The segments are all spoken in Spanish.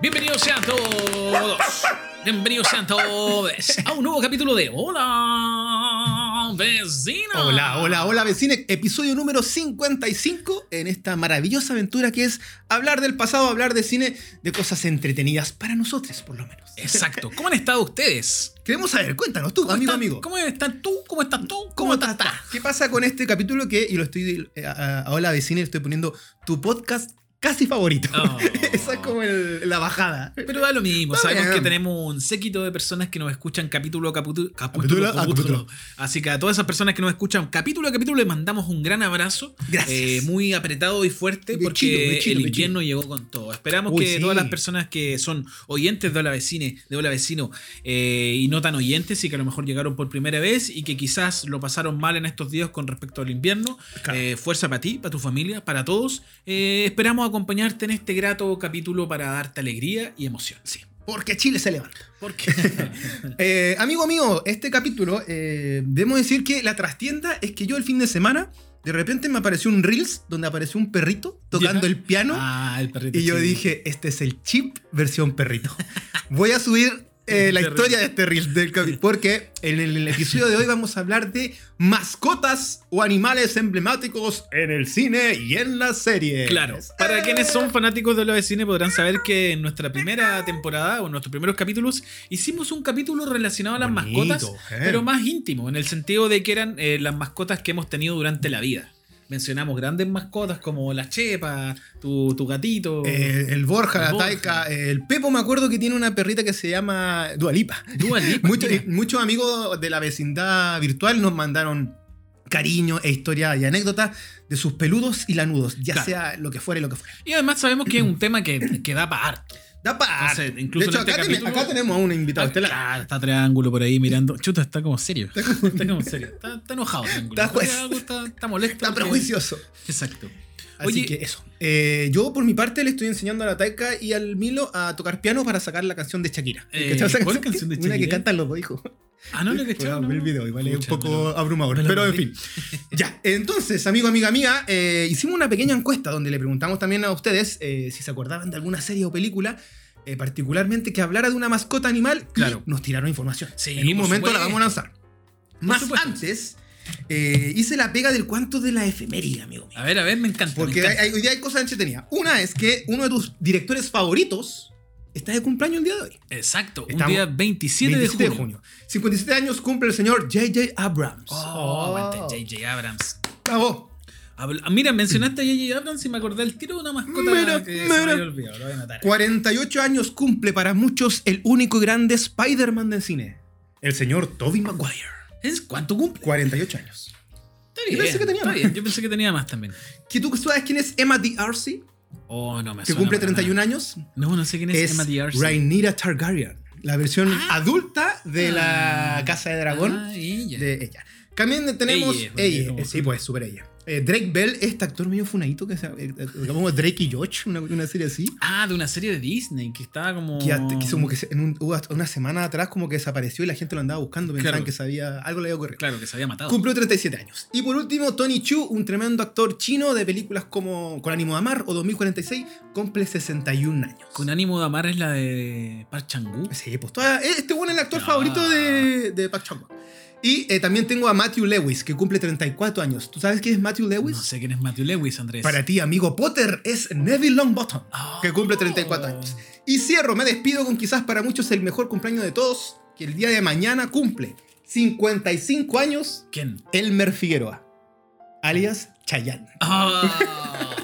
Bienvenidos sean todos. Bienvenidos sean todos a un nuevo capítulo de Hola Vecina. Hola, hola, hola vecines. Episodio número 55 en esta maravillosa aventura que es hablar del pasado, hablar de cine, de cosas entretenidas para nosotros, por lo menos. Exacto. ¿Cómo han estado ustedes? Queremos saber, cuéntanos tú, Eh, ¿Cómo amigo, estás- amigo. ¿Cómo estás tú? ¿Cómo estás tú? ¿Cómo, estás tú? ¿Qué pasa con este capítulo que, y lo estoy, eh, a, a Hola Vecine, le estoy poniendo tu podcast casi favorito? Oh. Esa es como el- la bajada. Pero da lo mismo, Está sabemos bien. que tenemos un séquito de personas que nos escuchan capítulo a caputu- capítulo. Capítulo a a capítulo. Así que a todas esas personas que nos escuchan capítulo a capítulo les mandamos un gran abrazo. Gracias. Eh, muy apretado y fuerte De porque chilo, de chilo, el de invierno llegó con todo. Esperamos Uy, que sí. todas las personas que son oyentes de Hola Vecine, de Hola Vecino eh, y no tan oyentes y que a lo mejor llegaron por primera vez y que quizás lo pasaron mal en estos días con respecto al invierno, Claro. eh, fuerza para ti, para tu familia, para todos. Eh, esperamos acompañarte en este grato capítulo para darte alegría y emoción. Sí. Porque Chile se levanta. Porque Eh, amigo mío, este capítulo, eh, debemos decir que la trastienda es que yo el fin de semana, de repente me apareció un Reels donde apareció un perrito tocando Ya. el piano ah, el perrito y yo chino. dije, este es el chip versión perrito. Voy a subir eh, la Perrito. historia de este Reels del capítulo porque en el episodio de hoy vamos a hablar de mascotas o animales emblemáticos en el cine y en las series. Claro, para quienes son fanáticos de Hola Vecine podrán saber que en nuestra primera temporada o en nuestros primeros capítulos hicimos un capítulo relacionado a las Bonito, mascotas, eh. pero más íntimo, en el sentido de que eran eh, las mascotas que hemos tenido durante la vida. Mencionamos grandes mascotas como la chepa, tu, tu gatito, Eh, el Borja, El la Borja. Taika, eh, el Pepo me acuerdo que tiene una perrita que se llama Dualipa. Dua Lipa, Muchos, mira. muchos amigos de la vecindad virtual nos mandaron cariño e historias y anécdotas de sus peludos y lanudos, ya Claro. sea lo que fuera y lo que fuera. Y además sabemos que es un tema que, que da para harto. Da para. Entonces, incluso de hecho, en este acá, ten- capítulo- Ah, acá tenemos a un invitado estelar. Claro, está Triángulo por ahí mirando. Chuta, está como serio. Está como serio. Está, está enojado Triángulo. Está juez. Algo Está, está molesto. Está porque- prejuicioso. Exacto. Así Oye- que eso. Eh, yo, por mi parte, le estoy enseñando a la Taika y al Milo a tocar piano para sacar la canción de Shakira. Eh, ¿Cachai esa ¿cuál canción de Una que Shakira? cantan los dos hijos. Ah, no, lo que Bueno, el video igual es un poco abrumador, me lo pero en perdí. fin. Ya, entonces, amigo, amiga, amiga, eh, hicimos una pequeña encuesta donde le preguntamos también a ustedes eh, si se acordaban de alguna serie o película eh, particularmente que hablara de una mascota animal. y Claro. nos tiraron información. Sí, en un por momento la supuesto. vamos a lanzar. Más supuesto. antes, eh, hice la pega del cuento de la efeméride, amigo mío. A ver, a ver, me encanta. Porque me hay- encanta. hay- hoy día hay cosas entretenidas. Una es que uno de tus directores favoritos está de cumpleaños el día de hoy. Exacto, un Estamos- día 27, 27 de junio. 57 años cumple el señor J.J. Abrams. Oh, aguante, J.J. Abrams. Bravo. Habl- ah, Mira, mencionaste a J.J. Abrams y me acordé el tiro de una mascota Mira, que se me había mira. olvidado, lo voy a anotar. 48 años cumple para muchos el único y grande Spider-Man del cine. El señor Tobey Maguire. ¿Es cuánto cumple? 48 años. Está Yo pensé que tenía está más. bien, Yo pensé que tenía más también. ¿Que tú sabes quién es Emma D'Arcy? Oh, no me Que suena cumple para nada. 31 años. No, no sé quién es, Es Emma D'Arcy. Rhaenyra Targaryen. La versión Ah. adulta de Ah. la Casa de Dragón. Ah, ella. de ella. También tenemos Ella, ella, porque es como- eh, sí, pues súper ella. Eh, Drake Bell, este actor medio funadito que se llama eh, eh, como Drake y George, una, una serie así. Ah, de una serie de Disney que estaba como. Que, at- que como que se- en un- hubo hasta una semana atrás como que desapareció y la gente lo andaba buscando, pensaban Claro. que sabía, algo le había ocurrido. Claro, que se había matado. Cumplió 37 años. Y por último, Tony Chu, un tremendo actor chino de películas como Con ánimo de amar o 2046, cumple 61 años. Con ánimo de amar es la de Park Chang-wook. Sí, pues toda- eh, este bueno es el actor Ah. favorito de, de Park Chan-wook. Y eh, también tengo a Matthew Lewis, que cumple 34 años. ¿Tú sabes quién es Matthew No Lewis? sé quién es Matthew Lewis, Andrés. Para ti, amigo Potter, es Neville Longbottom, Ah. que cumple 34 años. Y cierro, me despido con quizás para muchos el mejor cumpleaños de todos, que el día de mañana cumple 55 años ¿Quién? Elmer Figueroa, alias Chayanne. Ah.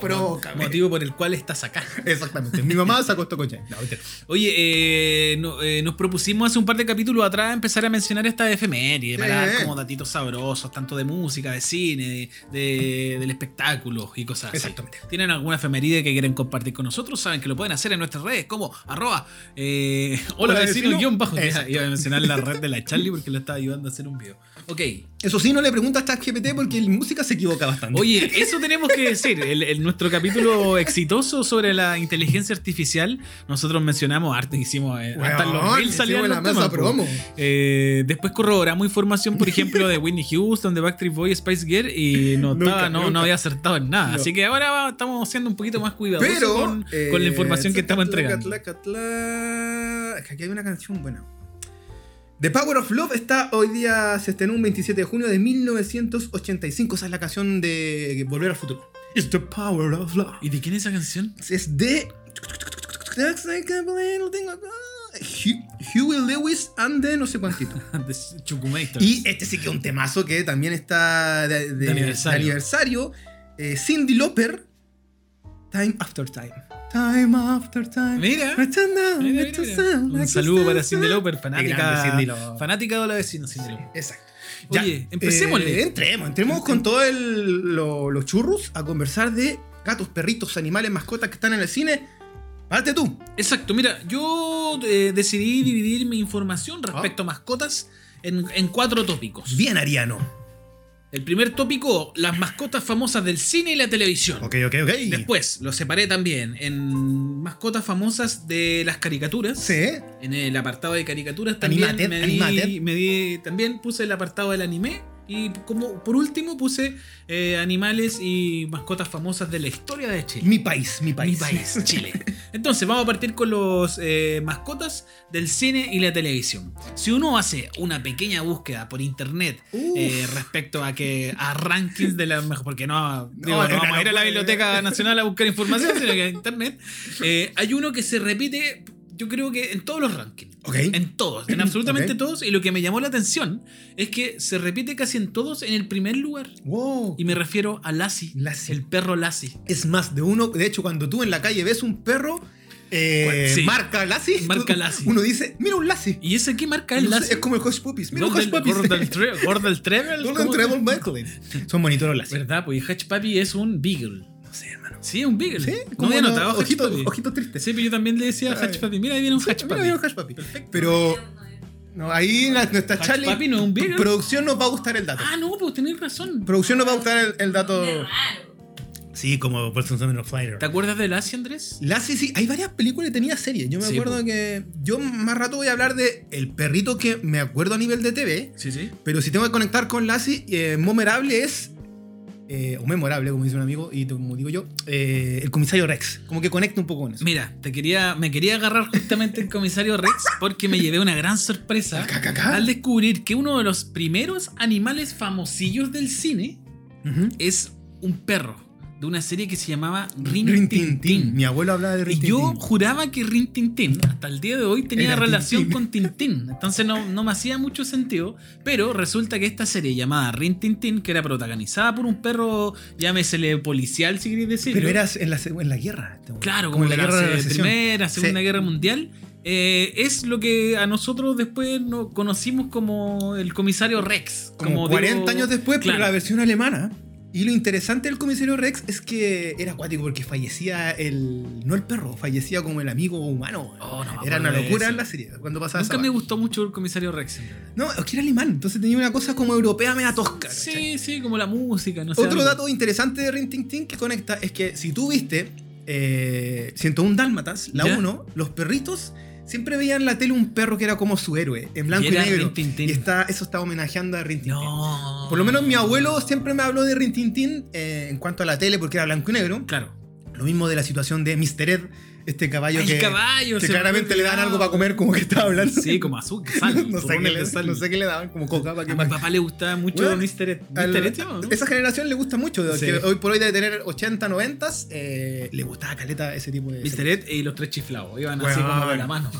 Provócame. Motivo por el cual estás acá. Exactamente, mi mamá se acostó con Chayanne. No, mentira. Oye, eh, no- eh, nos propusimos hace un par de capítulos atrás empezar a mencionar esta efeméride, Sí. para dar como datitos sabrosos, tanto de música, de cine, de, de- del espectáculo y cosas así. Exactamente. ¿Tienen alguna efeméride que quieren compartir con nosotros? Saben que lo pueden hacer en nuestras redes, como arroba eh, hola Hola, vecino vecino. guión bajo. Ya, Exacto. Iba a mencionar la red de la Charlie porque le estaba ayudando a hacer un video. Ok, Eso sí, no le preguntas a GPT porque en música se equivoca bastante. Oye, eso tenemos que decir. El, el- nuestro nuestro capítulo exitoso sobre la inteligencia artificial, nosotros mencionamos arte que hicimos. eh, hasta en los Weón, reels salían los hicimos la temas, mesa po. promo. Eh, después corroboramos información, por ejemplo, de Whitney Houston, de Backstreet Boy, Spice Girl, y no, Nunca, estaba, no, no nunca. había acertado en nada. No. Así que ahora va- estamos siendo un poquito más cuidadosos Pero. con, eh, con la información que estamos tla, entregando. tla, tla, tla. Es que aquí hay una canción buena. The Power of Love está hoy día, se estrenó un 27 de junio de 1985. Esa es la canción de Volver al Futuro. It's the Power of Love. ¿Y de quién es esa canción? Es de. That's like a little thing of- Hugh- Huey Lewis and the no sé cuántito. De Chucumator. Y este sí que es un temazo que también está de, de- De aniversario. de aniversario. Eh, Cindy Lauper, Time After Time. Time After Time. Mira. Pretend now, Mira, it mira, don't mira. sound Un like saludo it's para not Cindy sound. Lauper, fanática, grande Cyndi Lauper. fanática de la vecina Cindy Lauper. Exacto. Oye, empecémosle. eh, entremos, entremos con todos los churros a conversar de gatos, perritos, animales, mascotas que están en el cine. Parte tú. Exacto, mira, yo eh, decidí dividir mi información Ah. respecto a mascotas en, en cuatro tópicos. Bien, Ariano. El primer tópico, las mascotas famosas del cine y la televisión. Ok, ok, ok. Después, lo separé también en mascotas famosas de las caricaturas. Sí. eh. En el apartado de caricaturas también Animated, me, di, animated. me di- también puse el apartado del anime y como por último puse eh, animales y mascotas famosas de la historia de Chile. Mi país, mi país. Mi país, Chile. Entonces, vamos a partir con los eh, mascotas del cine y la televisión. Si uno hace una pequeña búsqueda por internet Uf. eh, respecto a que a rankings de las mejores, porque no, digo, No, no vamos a ir a la no. Biblioteca Nacional a buscar información, sino que en internet, eh, hay uno que se repite, yo creo que en todos los rankings. Ok. En todos, en absolutamente Ok. todos. Y lo que me llamó la atención es que se repite casi en todos en el primer lugar. Wow. Y me refiero a Lassie, Lassie. el perro Lassie. Es más, de uno, de hecho, cuando tú en la calle ves un perro, eh, Bueno, sí. marca Lassie, Marca tú- Lassie. Uno dice, mira un Lassie. ¿Y ese qué marca el No sé, Lassie? Es como el Hush Puppies. Mira un Hush Gordon, Puppies. Gordon, Tre- Gordon Treble. Golden ¿cómo se- Treble Macklin. Son bonitos los Lassie. ¿Verdad? Pues y Hatch Papi es un Beagle. No sé, hermano. Sí, es un Beagle. ¿Sí? No había no? notado Hatch Ojito, Papi. ojito triste. Sí, pero yo también le decía a Hatch Ay. Papi. Mira, ahí viene un Sí, Hatch mira, Papi. mira un Hush Puppy. Pero no, ahí la- nuestra Hush Charlie. Puppy no es un Beagle. Producción nos va a gustar el dato. Ah, no, pues tenés razón. Producción nos va a gustar el, el dato. Qué raro. Sí, como Person Summer of Flighter. ¿Te acuerdas de Lassie, Andrés? Lassie, sí, hay varias películas y tenía series. Yo me Sí, acuerdo po. que. Yo más rato voy a hablar de el perrito que me acuerdo a nivel de TV. Sí, sí. Pero si tengo que conectar con Lassie, eh, memorable es. eh, o memorable, como dice un amigo, y como digo yo, eh, el comisario Rex. Como que conecta un poco con eso. Mira, te quería, me quería agarrar justamente el comisario Rex porque me llevé una gran sorpresa Acá, acá, acá. al descubrir que uno de los primeros animales famosillos del cine Ujú. es un perro de una serie que se llamaba Rin, Tin Rin Tin Tin. Tin. Mi abuelo hablaba de Rin Y Tin yo Tin. juraba que Rin Tintín hasta el día de hoy tenía Era relación Tintín. con Tintín. Entonces no, no me hacía mucho sentido. Pero resulta que esta serie llamada Rin Tintín, que era protagonizada por un perro, llámesele policial si queréis decirlo. Pero eras en la, seg- en la guerra. te- Claro, como, la, guerra de la Secesión. Primera, Segunda Sí. Guerra Mundial. eh, es lo que a nosotros después no conocimos como el comisario Rex. Como, digo- 40 años después, pero Claro. la versión alemana. Y lo interesante del comisario Rex es que era acuático porque fallecía el. No el perro, fallecía como el amigo humano. Oh, no me era acuerdo una de locura eso. en la serie. Cuando pasaba Nunca esa me parte. gustó mucho el comisario Rex. en realidad. No, es que era alemán, entonces tenía una cosa como europea media tosca. ¿cachai? Sí, sí, como la música, no sé. Otro algo. dato interesante de Rin Tin Tin que conecta es que si tú viste eh, 101 Dálmatas, la ¿Ya? 1, los perritos siempre veían en la tele un perro que era como su héroe, en blanco y, era negro. Rin Tin Tin. Y está, eso está homenajeando a Rin Tin Tin. No. Por lo menos mi abuelo siempre me habló de Rin Tin Tin eh, en cuanto a la tele porque era blanco y negro. Claro. Lo mismo de la situación de Mr. Ed, este caballo Ay, que, caballo, que se me claramente le dan olvidaba. algo para comer como que estaba hablando. Sí, como azúcar, sal. no, turrones sé qué de le, sal. no sé qué le daban, como coca para que A mi papá le gustaba mucho Bueno, Mr. Ed. al- ¿Mr. Ah, Ed se llama, no? Esa generación le gusta mucho, Sí. que hoy por hoy debe tener 80, 90, eh, le gustaba caleta ese tipo de... Mr. Ed y los tres chiflados. Iban así Bueno. como de la mano.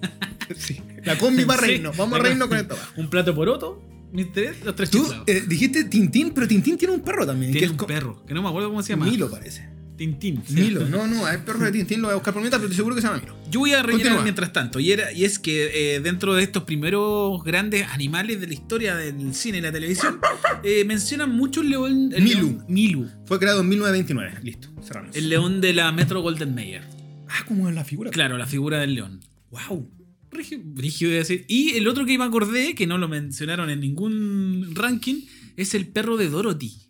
Sí. La combi para Sí. reino, vamos a reino con esto. Un plato por otro, Mr. Ed, los tres Tú chiflados. eh, dijiste Tintín, pero Tintín tiene un perro también. que Tiene es un co- perro, que no me acuerdo cómo se llama. Milo parece. Tintín. sí. Milo, no, no, el perro de Tintín lo voy a buscar por mientras, pero estoy seguro que se llama Milo. Yo voy a rellenar Continúa. mientras tanto. Y, era, y es que eh, dentro de estos primeros grandes animales de la historia del cine y la televisión, eh, mencionan mucho el león. el Milu. león- Milu. Fue creado en 1929, listo, cerramos. El león de la Metro Golden Mayer. Ah, como en la figura. Claro, la figura del león. Wow. Rígido, rígido iba a decir. Y el otro que me acordé, que no lo mencionaron en ningún ranking, es el perro de Dorothy.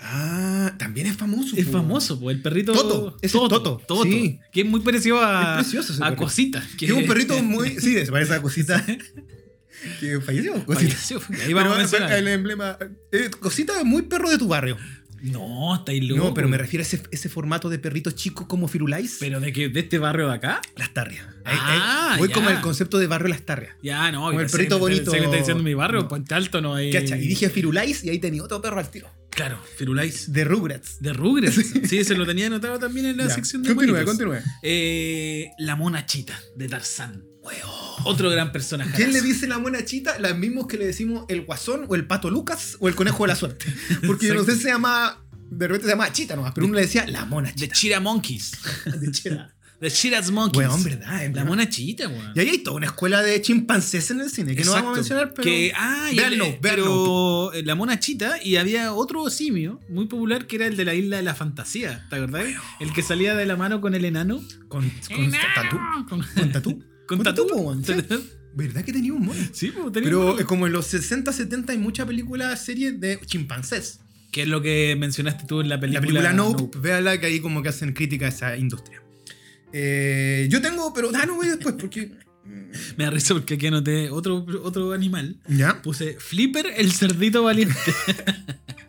Ah, también es famoso. Es po. famoso, pues, el perrito. Toto, ese es Toto, sí. Que es muy parecido a. Es precioso ese a perrito. Cosita. Que es un perrito muy. Sí, se parece a Cosita. que falleció, Cosita. Falleció. pues, Ahí vamos Pero- a mencionar. pero el emblema. eh, cosita es muy perro de tu barrio. No, estáis locos. No, pero me refiero a ese, ese formato de perrito chico como Firulais. Pero de, que, de este barrio de acá. Las tarrias. Ah, voy ya. como el concepto de barrio Las tarrias. Ya, no. Como el pensé perrito que me- bonito. pensé que me está diciendo mi barrio, No. Puente Alto no hay. ¿Cacha? Y dije Firulais y ahí tenía otro perro al tiro. Claro, Firulais. De Rugrats. De Rugres. Sí, se lo tenía anotado también en la Ya. sección de Continúa, jueguitos. continúa. Eh, la mona chita de Tarzán. Otro gran personaje. ¿Quién le dice la mona chita? Las mismos que le decimos el guasón o el pato Lucas o el conejo de la suerte. Porque yo no sé si se llama. De repente se llama chita nomás, pero uno le decía la mona The chita. Cheetah Monkeys. De chita. The Cheetah's Monkeys. Weón, verdad. La emblema. mona chita, weón. Y ahí hay toda una escuela de chimpancés en el cine que no vamos a Exacto. mencionar, pero. Que, ah, y Véanlo, el- véanlo. pero eh, la mona chita y había otro simio muy popular que era el de la isla de la fantasía, ¿te acordás? El que salía de la mano con el enano. Con, con tatú. Con, Con tatú. con Con tatú. tatú, weón, sí. ¿Verdad que tenía un mono? Sí, pues tenía un Pero mono. eh, como en los 60, 70 hay muchas películas, series de chimpancés. Que es lo que mencionaste tú en la película. la película Nope, véala que ahí como que hacen crítica a esa industria. Eh, yo tengo, pero ah, no voy después porque. Me da risa porque aquí anoté otro, otro animal. ¿Ya? Puse Flipper, el cerdito valiente.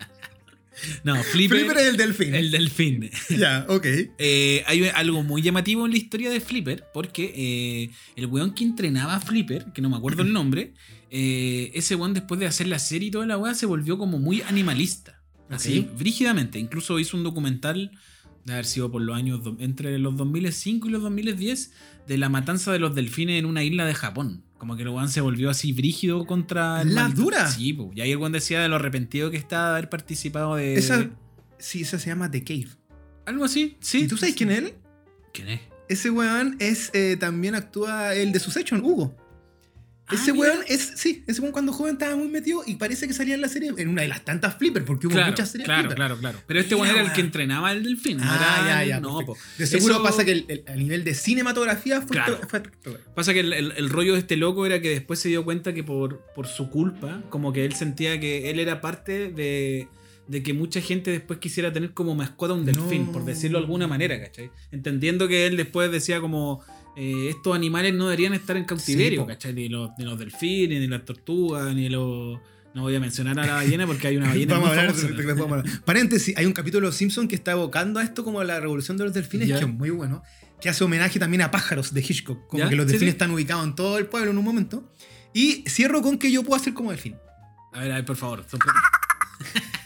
no, Flipper, Flipper es el delfín. el delfín. Ya, ok. Eh, hay algo muy llamativo en la historia de Flipper, porque eh, el weón que entrenaba a Flipper, que no me acuerdo el nombre, eh, ese weón después de hacer la serie y toda la weá se volvió como muy animalista. Así, Ok. brígidamente. Incluso hizo un documental, de haber sido por los años, do- entre los 2005 y los 2010, de la matanza de los delfines en una isla de Japón. Como que el weón se volvió así brígido contra... el ¿La maltrato. dura? Sí, po. y ahí el weón decía de lo arrepentido que está de haber participado de... Esa, sí, esa se llama The Cave. Algo así, sí. ¿Y tú sabes quién es él? ¿Quién es? Ese weón es, eh, también actúa el de Succession, Hugo. Ese Ah, mira. weón es, sí, ese weón cuando joven estaba muy metido y parece que salía en la serie, en una de las tantas Flipper, porque hubo Claro, muchas series claro, Flipper. claro, claro. Pero este Mira, bueno era el weón. que entrenaba al delfín. no Ah, era ya, el- ya. No, perfecto. po. de seguro Eso- pasa que el, el- a nivel de cinematografía fue. Claro. fue- fue- Pasa que el, el- el rollo de este loco era que después se dio cuenta que por, por su culpa, como que él sentía que él era parte de, de que mucha gente después quisiera tener como mascota un delfín, No. por decirlo de alguna manera, ¿cachai? Entendiendo que él después decía como... eh, estos animales no deberían estar en cautiverio, po. ¿cachai? Ni los, ni los delfines, ni las tortugas, ni los... No voy a mencionar a la ballena porque hay una ballena Vamos a muy hablar famosa. de- de- de- vamos a hablar. Paréntesis, hay un capítulo de Los Simpsons que está evocando a esto como la revolución de los delfines, Ya. que es muy bueno, que hace homenaje también a pájaros de Hitchcock, como Ya, que los sí, delfines sí. están ubicados en todo el pueblo en un momento. Y cierro con que yo puedo hacer como delfín. A ver, a ver, por favor. sorprende.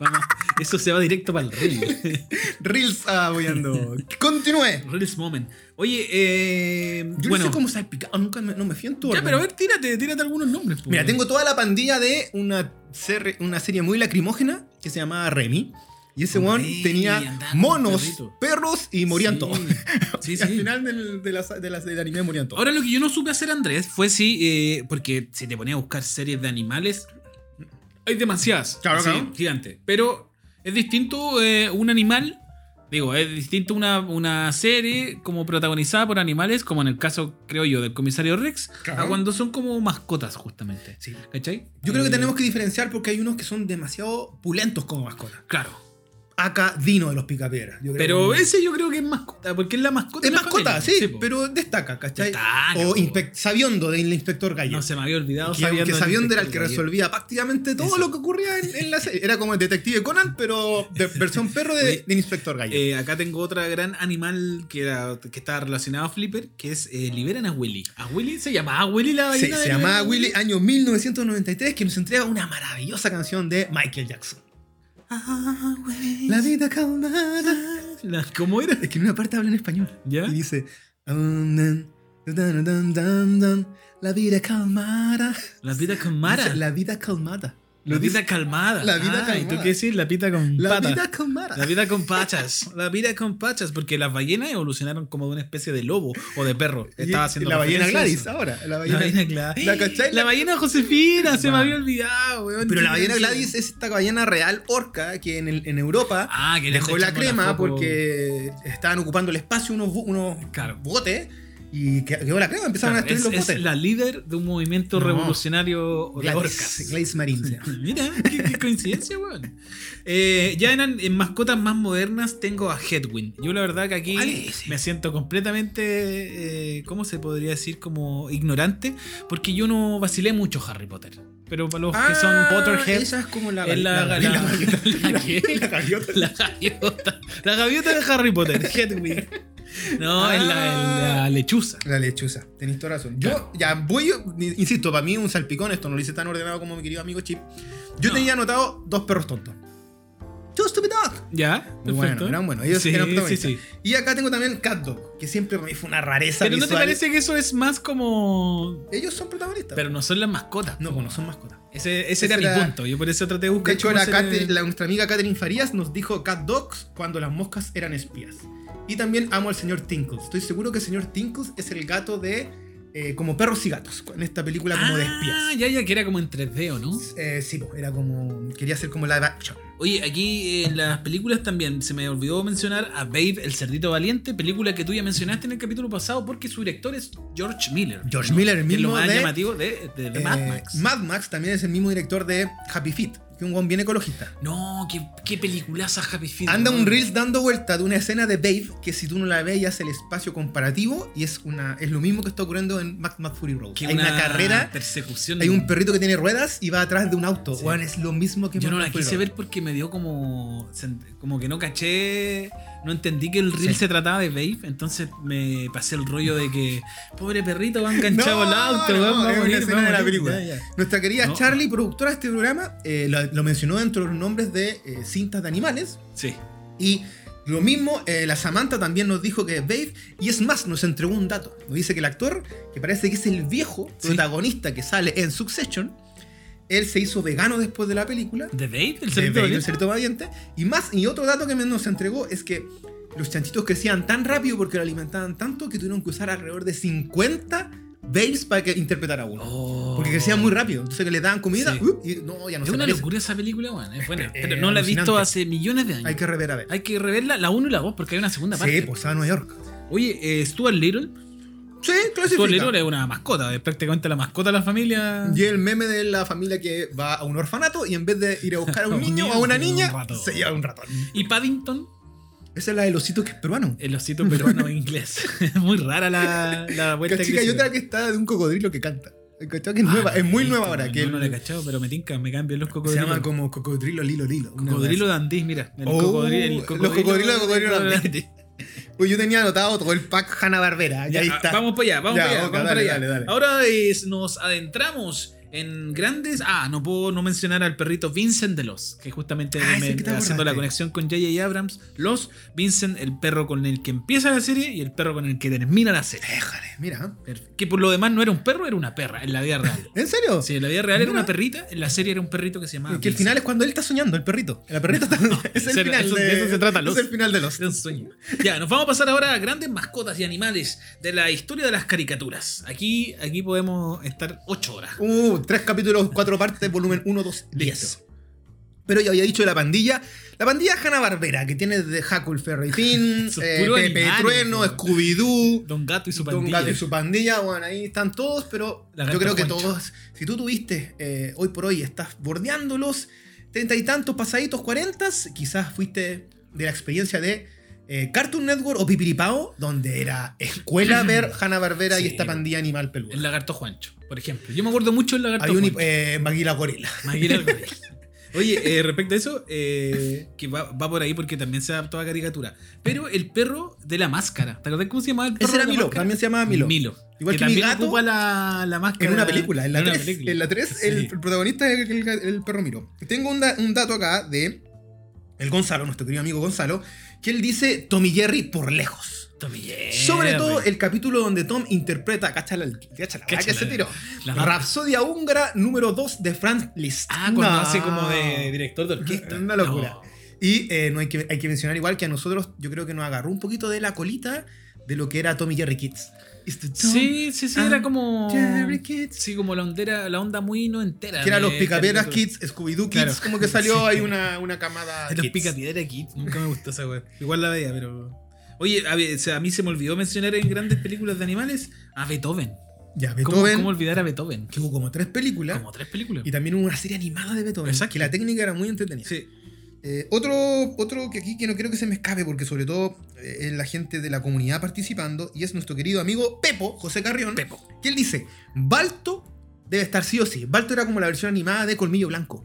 Vamos, eso se va directo para el Reel. Reels apoyando. Continúe. Reels Moment. Oye, eh, Yo bueno. no sé cómo salpicado, nunca me, no me fui en tu ya, orden. pero a ver, tírate, tírate algunos nombres. pues. po. Mira, tengo toda la pandilla de una, ser- una serie muy lacrimógena que se llamaba Remy. Y ese Con weón Remy, tenía andaba con monos, perrito. perros y morían Sí. todos. Sí, Y al sí. final del, de la, de la- del anime morían todos. Ahora lo que yo no supe hacer, Andrés, fue si. eh, porque si te ponía a buscar series de animales. Hay demasiadas. Claro, así, claro. Gigante. Pero es distinto eh, un animal. Digo, es distinto una, una serie como protagonizada por animales, como en el caso, creo yo, del comisario Rex, Claro. a cuando son como mascotas, justamente. Sí. ¿Cachai? Yo creo que Eh, tenemos que diferenciar porque hay unos que son demasiado pulentos como mascotas. Claro. Acá Dino de los Picapiedras. yo creo Pero que- ese yo creo que es mascota, porque es la mascota. Es de la mascota, familia. sí, po. pero destaca, ¿cachai? Destaca, o po. inspec- Sabiondo del inspector Gallo. No se me había olvidado. que, que del Sabiondo era el que Inspector Gadget. resolvía prácticamente todo Eso. lo que ocurría en, en la serie. Era como el detective Conan, pero de- versión perro de- Oye, del inspector Gallo. Eh, acá tengo otra gran animal que, era, que está relacionado a Flipper, que es eh, liberan a Willy. A Willy se llama a Willy la Sí, ballena. se de- llamaba Willy, año 1993, que nos entrega una maravillosa canción de Michael Jackson. Ah, Willy. La vida calmada. La- ¿Cómo era? Es que en una parte habla en español. ¿Ya? Y dice. "Dun, dun, dun, dun, dun, dun, la vida calmada. La vida Dice, calmada. La, La vida calmada. Lo dice, vida calmada. La vida Ah, ¿y tú calmada. qué decís? La pita con la pata. vida calmada. La vida con pachas. La vida con pachas. Porque las ballenas evolucionaron como de una especie de lobo o de perro. Y Estaba haciendo la ballena referencia a Gladys eso. ahora. La La ballena, ballena Gladys. ¿La cachai? La ballena Josefina. Se me Va. había olvidado, weón. Pero la Sí, ballena sí. Gladys es esta ballena real orca que en, el- en Europa Ah, que le dejó está la echando crema foco. porque estaban ocupando el espacio unos, bu- unos Claro. botes. Y que- quedó la crema, empezaron Claro, a destruir es, los es moteles. la líder de un movimiento No. revolucionario de orcas. Gladys, Gladys Marín. se llama. Mira, qué, qué coincidencia, weón. Eh, ya eran en mascotas más modernas, tengo a Headwind. Yo la verdad que Ah, aquí Alice. me siento completamente, eh, ¿cómo se podría decir? Como ignorante, porque yo no vacilé mucho Harry Potter. Pero para los que son Ah, Potterhead, Esa es como la es la, la, la, gaviota. la que- La gaviota. la gaviota. La gaviota de Harry Potter, Hedwig. No, es la, Ah. es la lechuza. La lechuza, tenéis toda razón. Yo, Claro. ya voy, insisto, para mí un salpicón, esto no lo hice tan ordenado como mi querido amigo Chip. Yo No. tenía anotado dos perros tontos. Two stupid dog. Ya, Muy bueno, perfecto. eran buenos. Ellos Sí, eran sí, protagonistas. sí. Y acá tengo también Cat Dog, que siempre para mí fue una rareza. Pero no te visual. parece que eso es más como. Ellos son protagonistas. Pero no son las mascotas. no, pues no son mascotas. Ese, ese Ese era, mi era- punto. Yo por eso traté de buscar. De hecho, cómo la se le- Cate- la- nuestra amiga Catherine Farías nos dijo Cat Dogs cuando las moscas eran espías. Y también amo al señor Tinkles. Estoy seguro que el señor Tinkles es el gato de eh, como perros y gatos en esta película como de espías. Ah, ya, ya, que era como en 3D, ¿o no? Eh, sí, po, era como. Quería hacer como live action. Oye, aquí eh, en las películas también se me olvidó mencionar a Babe, el cerdito valiente, película que tú ya mencionaste en el capítulo pasado porque su director es George Miller. George Miller, el Que es lo mismo más de- llamativo de, de- de Mad Eh, Max. Mad Max también es el mismo director de Happy Feet, que un guan bien ecologista. No, qué, qué peliculaza Happy Feet. Anda ¿no? un Reels dando vuelta de una escena de Babe que si tú no la ves ya es el espacio comparativo y es una es lo mismo que está ocurriendo en Mad Max Fury Road. Que hay una, carrera, Persecución. hay un perrito que tiene ruedas y va atrás de un auto. Mm. Sí. Weón, es lo mismo que Yo Mad no la Max Fury quise Road. ver porque me dio como. sent- Como que no caché. No entendí que el reel Sí. se trataba de Babe. Entonces me pasé el rollo de que. Pobre perrito, va enganchado No, al auto. no, weón, va a es una morir, escena va a de la morir. película. Ya, ya. Nuestra querida No. Charlie, productora de este programa, eh, lo, lo mencionó dentro de los nombres de eh, cintas de animales, Sí. Y lo mismo, eh, la Samantha también nos dijo que Babe, y es más, nos entregó un dato. Nos dice que el actor, que parece que es el viejo Sí. protagonista que sale en Succession, él se hizo vegano después de la película. ¿De Babe? El de cerdito Babe, valiente? el cerdito valiente. Y más, y otro dato que me- nos entregó es que los chanchitos crecían tan rápido porque lo alimentaban tanto que tuvieron que usar alrededor de 50 Babes para que interpretara uno. Oh. Porque crecían muy rápido. Entonces que le daban comida Sí. ¡up! y no, ya no Es se una parece. locura esa película, weón. Es buena. eh, Pero no la he visto alucinante. hace millones de años. Hay que rever a ver. Hay que reverla la 1 y la 2 porque hay una segunda Sí, parte. pues a Nueva York. Oye, eh, Stuart Little. Sí, Stuart clasifica. Little es una mascota. Es prácticamente la mascota de la familia. Y el meme de la familia que va a un orfanato y en vez de ir a buscar a A un un niño o niño, a una un niña, ratón. se lleva un ratón. Y Paddington. Esa es la de los osito que es peruano. El osito peruano en inglés. Muy rara la, la vuelta Cachica, y hicieron. otra que está de un cocodrilo que canta. ¿Cachai? Que es Ah, nueva, es muy perfecto, nueva ahora. no, Que no, no la he el- cachado, pero me tinca, me cambian los se cocodrilos. llama como cocodrilo lilo lilo. una Cocodrilo wea dandí, mira. El Oh, cocodrilo, el los cocodrilo, cocodrilos de cocodrilo el dandí. así. Pues yo tenía anotado todo el pack Hanna Barbera. Ya, ahí ah, está. Vamos para allá, vamos Ya, para allá. ok, vamos dale, para allá. dale, dale. Ahora es- nos adentramos en grandes. Ah, no puedo no mencionar al perrito Vincent de los, que justamente Ah, me- ese que te haciendo la acordaste. conexión con J.J. Abrams. Los Vincent, el perro con el que empieza la serie y el perro con el que termina la serie. Déjale, mira. Que por lo demás no era un perro, era una perra en la vida real. ¿En serio? Sí, en la vida real era Mira. una perrita, en la serie era un perrito que se llamaba. que el final es cuando él está soñando, el perrito. La perrita está. es el eso- final. eso- de, de eso se trata, Es Lost. el final de los. Era un sueño. Ya, nos vamos a pasar ahora a grandes mascotas y animales de la historia de las caricaturas. Aquí, aquí podemos estar 8 horas. Uh, tres capítulos, cuatro partes, volumen 1, 2, 10. Pero ya había dicho de la pandilla. La pandilla Hanna Barbera, que tiene de Hackul Ferry Finn, Son eh, puros Pepe animales, Trueno, weón. Scooby-Doo, Don Gato y su Don pandilla. Gato y su pandilla. Bueno, ahí están todos, pero La gata yo creo que Juancha. todos. Si tú tuviste eh, hoy por hoy, estás bordeándolos, treinta y tantos, pasaditos, cuarentas, quizás fuiste de la experiencia de. eh, Cartoon Network o Pipiripao, donde era escuela ver Hanna Barbera y Sí, esta weón. pandilla animal peluda. El lagarto Juancho, por ejemplo. Yo me acuerdo mucho del lagarto Hay un Juancho. eh, Maguila Gorila. Imagina algo de eso. Oye, eh, respecto a eso, eh, que va, va por ahí porque también se adaptó a caricatura. Pero el perro de la máscara. ¿Te acordás cómo se llamaba el perro? Ese era de la Milo, máscara? también se llamaba Milo. Igual Igual que, que mi también gato ocupa la, la máscara. En una película, en la una 3. película. En la 3, el, Sí. el protagonista es el, el- el perro Miro. Tengo un, da- un dato acá de el Gonzalo, nuestro querido amigo Gonzalo, que él dice Tommy Jerry por lejos. Tommy Jerry. Sobre todo pues. el capítulo donde Tom interpreta, cáchala, el- cáchala, la que Cáchala. se tiró. La- Rapsodia húngara número 2 de Franz Liszt. Ah, cuando No. hace como de director de orquesta. Una locura. No. Y eh, no hay, que, hay que mencionar igual que a nosotros, yo creo que nos agarró un poquito de la colita de lo que era Tommy Jerry Kids. It's the Tom Sí, sí, sí, Ah, era como. Jerry Kids. Sí, como la onda, la onda muy no entera. Que eran los de Picaperas caricatura. Kids, Scooby-Doo Kids, Claro. como que salió ahí una, una camada. De Ah, los kids. Picapiedra Kids, nunca me gustó esa weá. Igual la veía, pero. Oye, a, ver, o sea, a mí se me olvidó mencionar en grandes películas de animales a Beethoven. Ya, ¿Cómo- Beethoven, ¿Cómo, olvidar a Beethoven? que hubo como tres películas Como tres películas. y también hubo una serie animada de Beethoven. Exacto. Que la técnica era muy entretenida. Sí. Eh, otro, otro que aquí que no quiero que se me escape, porque sobre todo eh, es la gente de la comunidad participando, y es nuestro querido amigo Pepo, José Carrión, Pepo. que él dice, Balto debe estar sí o sí. Balto era como la versión animada de Colmillo Blanco,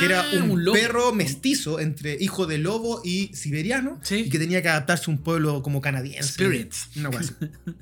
que era Ah, un, lobo. perro mestizo entre hijo de lobo y siberiano, Sí. y que tenía que adaptarse a un pueblo como canadiense. Spirits. Una cosa así.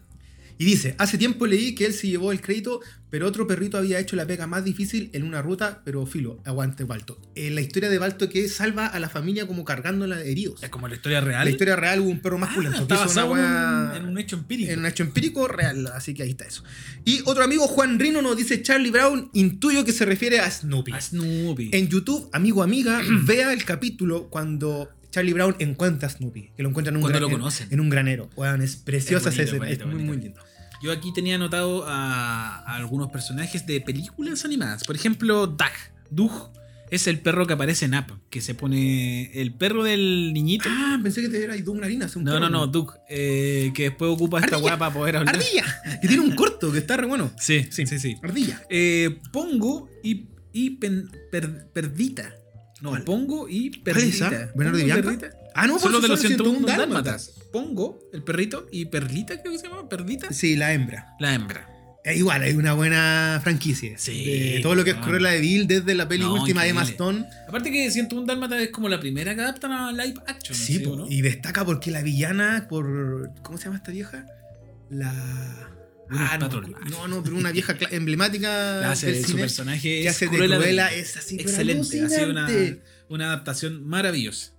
Y dice, hace tiempo leí que él se llevó el crédito, pero otro perrito había hecho la pega más difícil en una ruta, pero filo, aguante Balto. Eh, la historia de Balto que salva a la familia como cargándola de heridos. Es como la historia real. La historia real hubo un perro más Ah, pulento, está que hizo una basado en weá- un- en un hecho empírico. en un hecho empírico real, así que ahí está eso. Y otro amigo, Juan Rino, nos dice Charlie Brown, intuyo que se refiere a Snoopy. A Snoopy. En YouTube, amigo, amiga, vea el capítulo cuando Charlie Brown encuentra a Snoopy, que lo encuentran en un, Cuando lo gran- en- conocen. en un granero. Weón, es preciosa Es bonito, esa escena, bonito, es muy, bonito, muy bonito. lindo. Yo aquí tenía anotado a, a algunos personajes de películas animadas. Por ejemplo, Doug. Doug es el perro que aparece en App, que se pone el perro del niñito. Ah, pensé que te era Doug Narinas. un No, perro. no, no, Doug, eh, que después ocupa esta Ardilla. guapa para poder hablar. Ardilla, que tiene un corto que está re bueno. Sí, sí, sí, sí. Ardilla. Eh, Pongo y, y pen- per- Perdita. No, ¿Cuál? Pongo y ¿Cuál es Perdita. esa? ¿Bernardo Pongo y y Bianca? Perdita. Ah, no, Son los pues de los son 101 dálmatas. dálmatas. Pongo, el perrito, y Perlita, creo que se llama, Perdita. Sí, la hembra. La hembra. Eh, igual, hay una buena franquicia. Sí, De todo lo que es weón. Cruella de Vil desde la peli No, última de increíble. Maston. Aparte que 101 Dálmata es como la primera que adaptan a live action. Sí, po, ¿o no? y destaca porque la villana, por. ¿Cómo se llama esta vieja? La. ah, Gwyneth no, Paltrow. no, no, pero una vieja cla- emblemática La hace- del su cine personaje que es hace de Cruella de Cruella Vil. es así, pero Excelente, ha sido una, alucinante. una adaptación maravillosa.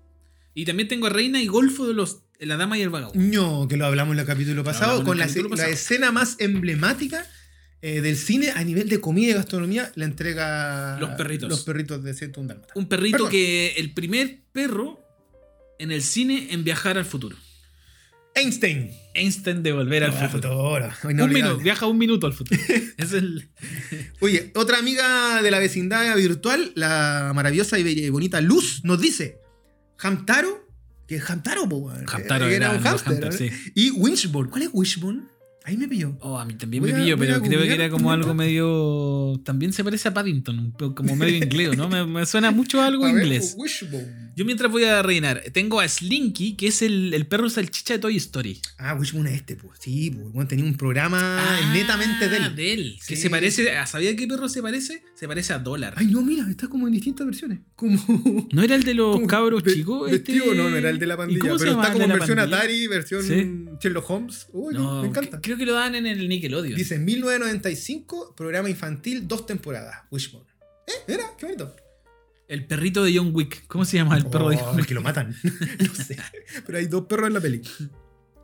Y también tengo a Reina y Golfo de los La Dama y el Vagabundo. No, que lo hablamos en el capítulo pasado, hablamos en con el la, capítulo la pasado. escena más emblemática eh, del cine a nivel de comida y gastronomía, la entrega Los perritos. los perritos de 101 Dálmata. Un perrito Perdón. que el primer perro en el cine en viajar al futuro. Einstein. Einstein de volver al Ah, futuro. futuro, Un inolvidable. minuto, viaja un minuto al futuro. es el Oye, otra amiga de la vecindad virtual, la maravillosa y bella y bonita Luz, nos dice: Hamtaro, que es Hamtaro, po, weón. Hamtaro Que era un un hamster. hamster, ¿no? sí. Y Winchbone, ¿cuál es Winchbone? Ahí me pilló. Oh, a mí también Voy me a- pillo, voy a pero creo que googlear era como también, algo ¿no? medio. También se parece a Paddington, un poco como medio inglés, ¿no? Me, me suena mucho a algo A ver, pues, inglés. Wishbone. Yo mientras voy a rellenar, tengo a Slinky, que es el, el perro salchicha de Toy Story. Ah, Wishbone es este, pues. Sí, pues. Bueno, tenía un programa Ah, Ah, netamente de él. Que Sí. se parece. a- ¿Sabía qué perro se parece? Se parece a Dólar. Ay, no, mira, está como en distintas versiones. Como. ¿No era el de los como cabros ve- chicos? Vestido, este? no, no era el de la ¿Y pandilla. cómo se Pero llamaba está el de como en la versión pandilla? Atari, versión Sí. Sherlock Holmes. Uy, No, me encanta. que- creo que lo daban en el Nickelodeon. Dice 1995, programa infantil, dos temporadas. Wishbone. Eh, mira, qué bonito. Oh, El perrito de John Wick. ¿Cómo se llama el perro de John que lo matan. no sé. Pero hay dos perros en la peli.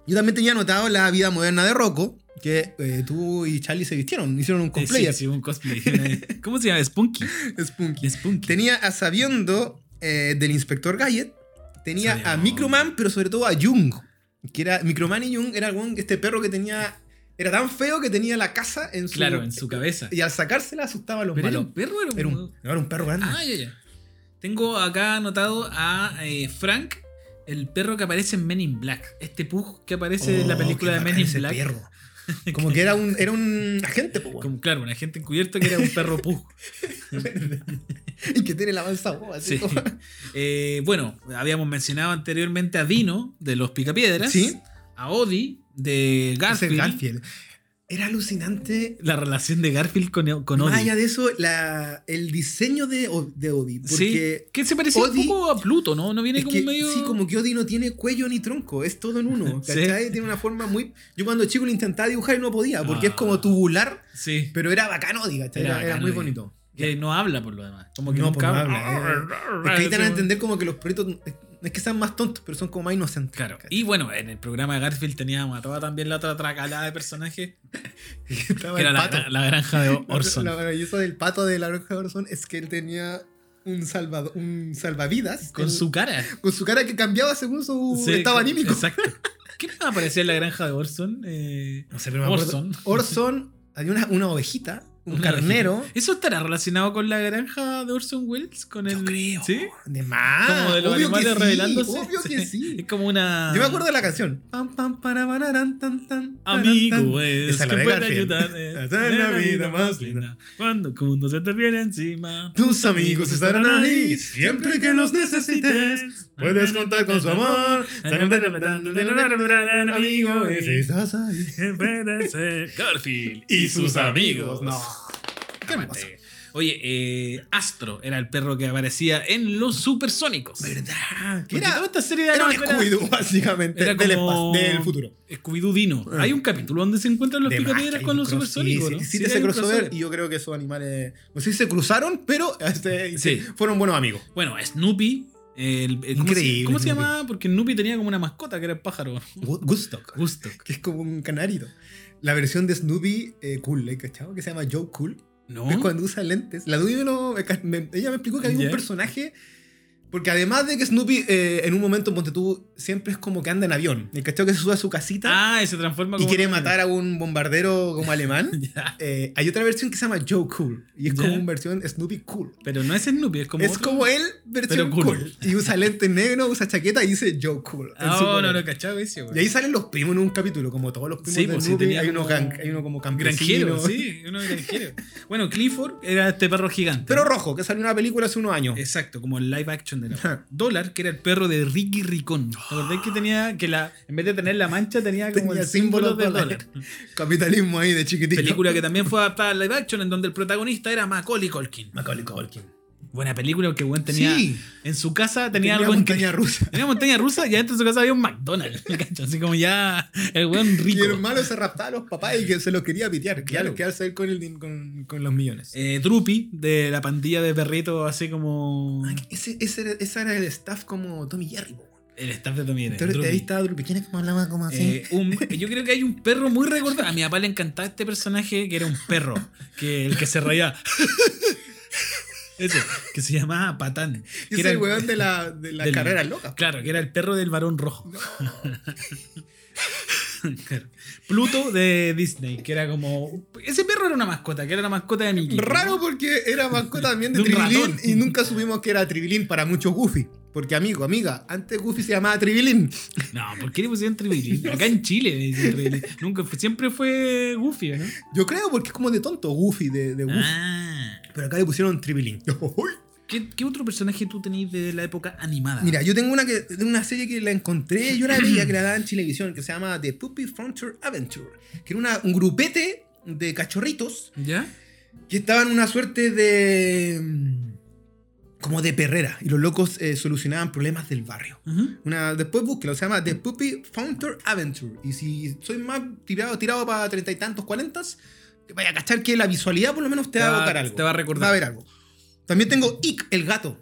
Yo también tenía anotado la vida moderna de Rocco, que eh, tú y Charlie se vistieron, hicieron un Wick? cosplay. Sí, sí, un cosplay. ¿Cómo se llama? Spunky. Spunky. Spunky. Tenía a Sabiendo eh, del inspector Gadget. Tenía a Sabiendo. Microman, pero sobre todo a Jung. Que era, Microman y Jung era algún- este perro que tenía. Era tan feo que tenía la casa en su. Claro, en su cabeza. Y al sacársela asustaba a los Pero era malos. un perro, Era un, no, era un perro grande. Ah, ya, ya. Tengo acá anotado a eh, Frank, el perro que aparece en Men in Black. Este pug que aparece en la Oh, película qué de Men bacán in ese Black. perro. Como que era un, era un agente, po, weón. Como, claro, un agente encubierto que era un perro pug. Y que tiene la avanza boba, así Sí. como- Eh, bueno, habíamos mencionado anteriormente a Dino de los Picapiedras. Sí. A Odi de Ese Garfield. Garfield. Era alucinante. La relación de Garfield con, con Más Odi. allá de eso, la, el diseño de, O- de Odie. Sí, Porque que se parece Odi- un poco a Pluto, ¿no? No viene es como que, medio. sí, como que Odie no tiene cuello ni tronco. Es todo en uno. Sí. ¿Cachai? Tiene una forma muy. Yo cuando chico lo intentaba dibujar y no podía, porque es como Ah. tubular, Sí, pero era bacán Odie, ¿cachai? Era Era, era bacán muy Odie. bonito. que no habla por lo demás. Como que No, nunca pues no habla, Es que ahí te van a Sí, entender como que los perritos no es que sean más tontos, pero son como más inocentes. Claro. ¿cachai? Y bueno, en el programa de Garfield teníamos a toda también la otra tracalada de personajes, Estaba que era el la, pato. gra- la granja de Orson. La maravillosa del pato de la granja de Orson es que él tenía un, salvado, un salvavidas con él- su cara. con su cara que cambiaba según su Sí, estado con- Uh, anímico. Exacto. ¿Qué me aparecía en la granja de Orson? Eh, No sé, Orson. Orson había una, una ovejita, Un carnero. ¿Eso estará relacionado con la granja de Orson Welles? Con el... Yo creo. ¿Sí? De más. como de los obvio que animales sí, revelándose. Obvio que sí. Es como una. Yo me acuerdo de la canción. Pam, pam, para, bararán, tan, tan, tarán, tan. Amigo, es Esa es la que de puede Garfield. ayudar. eh, Esa es la vida más linda. Cuando el mundo se te viene encima. Tus amigos estarán ahí siempre que los necesites. Puedes contar con su amor. Amigo, ese estás ahí. Garfield Y sus amigos. No. Cálmate. Oye, eh, Astro era el perro que aparecía en Los Supersónicos. ¿Verdad? Que Porque Era, toda esta serie de era un animales era- Scooby-Doo, básicamente. era del, como- espa- del futuro. Scooby-Doo Dino. Hay un capítulo donde se encuentran los Ah. De más, picapiedras hay con un los cross- supersónicos. sí, ¿no? sí, sí, Sí, ese hay un crossover. crossover. Y yo creo que esos animales. No sé si se cruzaron, pero este, Sí. fueron buenos amigos. Bueno, Snoopy. el- el- ¿cómo se- Increíble, ¿Cómo se Snoopy. llamaba? Porque Snoopy tenía como una mascota que era el pájaro. Gu- Woodstock. Gusto. Que es como un canarito. La versión de Snoopy eh, Cool, ¿eh? ¿cachado? Que se llama Joe Cool. ¿No? Es cuando usa lentes. La Dui no- me ca- me- ella me explicó que había ¿Mm? Ya. un personaje. Porque además de que Snoopy eh, en un momento, ponte tú, siempre es como que anda en avión. El cachado que se sube a su casita Ah, y se transforma y como- quiere matar a un bombardero como alemán. Ya, Eh, hay otra versión que se llama Joe Cool. Y es como Ya. una versión Snoopy Cool. Pero no es Snoopy, es como. es otro. como él, versión cool. cool. Y usa lentes negros, usa chaqueta y dice Joe Cool. en Ah, su no, no poder. lo cachaba ese, güey. y ahí salen los primos en un capítulo, como todos los primos Sí, de pues, sí, Snoopy. tenía hay, uno como- can- hay uno como Granjero, campesino. sí, uno granjero. bueno, Clifford era este perro gigante. Pero ¿no? rojo, que salió una película hace unos años. Exacto, como el live action de la Ajá. Dólar, que era el perro de Ricky Ricón. ¿Te acordás que tenía que la en vez de tener la mancha tenía como Tenía el símbolo símbolos de dólar? dólares. Capitalismo ahí de chiquitito. Película que también fue adaptada al live action en donde el protagonista era Macaulay Culkin. Macaulay Culkin. Buena película porque weón tenía Sí. en su casa tenía, algo en montaña rusa. Tenía montaña rusa y adentro de su casa había un McDonald's. ¿cachai? Así como ya el weón Y rico. el hermano se raptaba a los papás y que se los quería pitear. Claro. Claro, quedarse él con, el, con, con los millones. Eh, Droopy, de la pandilla de perritos, así como. Ah, ese, ese era, esa era el staff como Tommy Jerry. po. El staff de Tommy Jerry, Entonces, Droopy. ahí estaba Drupi. ¿Quién es como hablaba como así? Eh, un- yo creo que hay un perro muy recordado. A mi papá le encantaba este personaje que era un perro, que el que se reía. Ese, que se llamaba Patán. que Ese es era el el- weón de la, de la del- carrera loca. Claro, que era el perro del varón rojo. Claro. Pluto de Disney, que era como. Ese perro era una mascota, que era la mascota de Mickey. Raro porque era mascota también De de un ratón. Tribilín y nunca supimos que era Tribilín para muchos Goofy. Porque amigo, amiga, antes Goofy se llamaba Tribilín. No, ¿por qué le pusieron Tribilín? Acá en Chile le dicen Tribilín. Nunca fue- siempre fue Goofy, ¿no? Yo creo porque es como de tonto Goofy, de, de Goofy. Ah. Pero acá le pusieron Tribilín. ¿Qué, qué otro personaje tú tenías de la época animada? Mira, yo tengo una, que, de una serie que la encontré, yo la veía que la daban en Chilevisión, que se llama The Puppy Frontier Adventure, que era una- un grupete de cachorritos ¿Ya? que estaban en una suerte de... mm, como de perrera, y los locos eh, solucionaban problemas del barrio. Ujú. Una, después búsquelo, se llama The Puppy Frontier Adventure, y si soy más tirado, tirado para treinta y tantos, cuarentas, vaya a cachar que la visualidad por lo menos Te te, va- va a evocar algo. te va a recordar. Va a haber algo. También tengo Ick, el gato.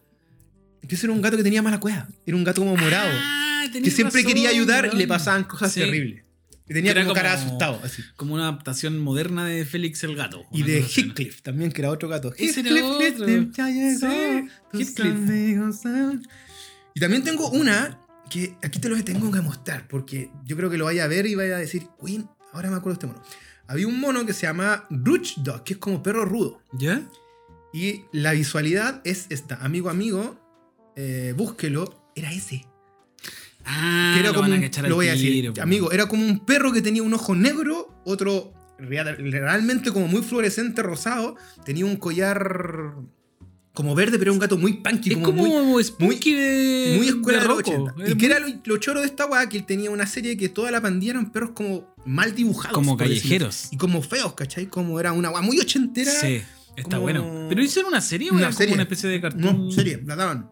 Que ese era un gato que tenía mala cueva. Era un gato como morado. Ah, que tenés siempre razón, quería ayudar y le weón. pasaban cosas Sí. terribles. Y tenía Era como, cara como- asustado, así. Como una adaptación moderna de Félix el Gato. Y una de cosa así, ¿no? Heathcliff también, que era otro gato. Ese era otro. Heathcliff ya llegó, Sí, tus Heathcliff. amigos son- Y también tengo una que aquí te lo tengo que mostrar, porque yo creo que lo vaya a ver y vaya a decir, uy, ahora me acuerdo de este mono. Había un mono que se llama Rooch Dog, que es como perro rudo. ¿Ya? Y la visualidad es esta. Amigo, amigo, eh, búsquelo. Era ese. Ah, Que era lo como van a un- cachar al lo voy a tiro, decir. po. Amigo, era como un perro que tenía un ojo negro, otro real- realmente como muy fluorescente rosado. Tenía un collar como verde, pero era un gato muy punky, Es como, como, muy, Spooky de. muy escuela de los roco. 80. Y que era lo, lo choro de esta weá, que él tenía una serie que toda la pandilla eran perros como mal dibujados. Como por decirlo. callejeros. Y como feos, ¿cachai? Como era una weá muy ochentera. Sí, está como- bueno. Pero hicieron una serie o Una era como serie. una especie de cartón. No, serie, la daban.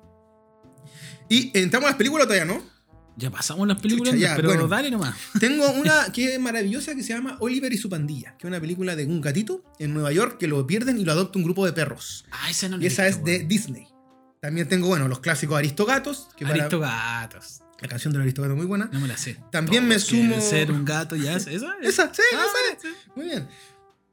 Y entramos a las películas todavía, ¿no? Ya pasamos las películas, Chucha, ya, pero bueno. dale nomás. Tengo una que es maravillosa que se llama Oliver y su pandilla, que es una película de un gatito en Nueva York que lo pierden y lo adopta un grupo de perros. Ah, esa no la Y he esa visto, es de weón. Disney. También tengo, bueno, los clásicos Aristogatos, Ah, que para- Aristogatos. la canción de los Aristogatos es muy buena. No me la sé. También me Todos sumo- quieren ser un gato ya. ¿Esa? ¿Esa? Esa, sí, Ah, esa es. Muy bien.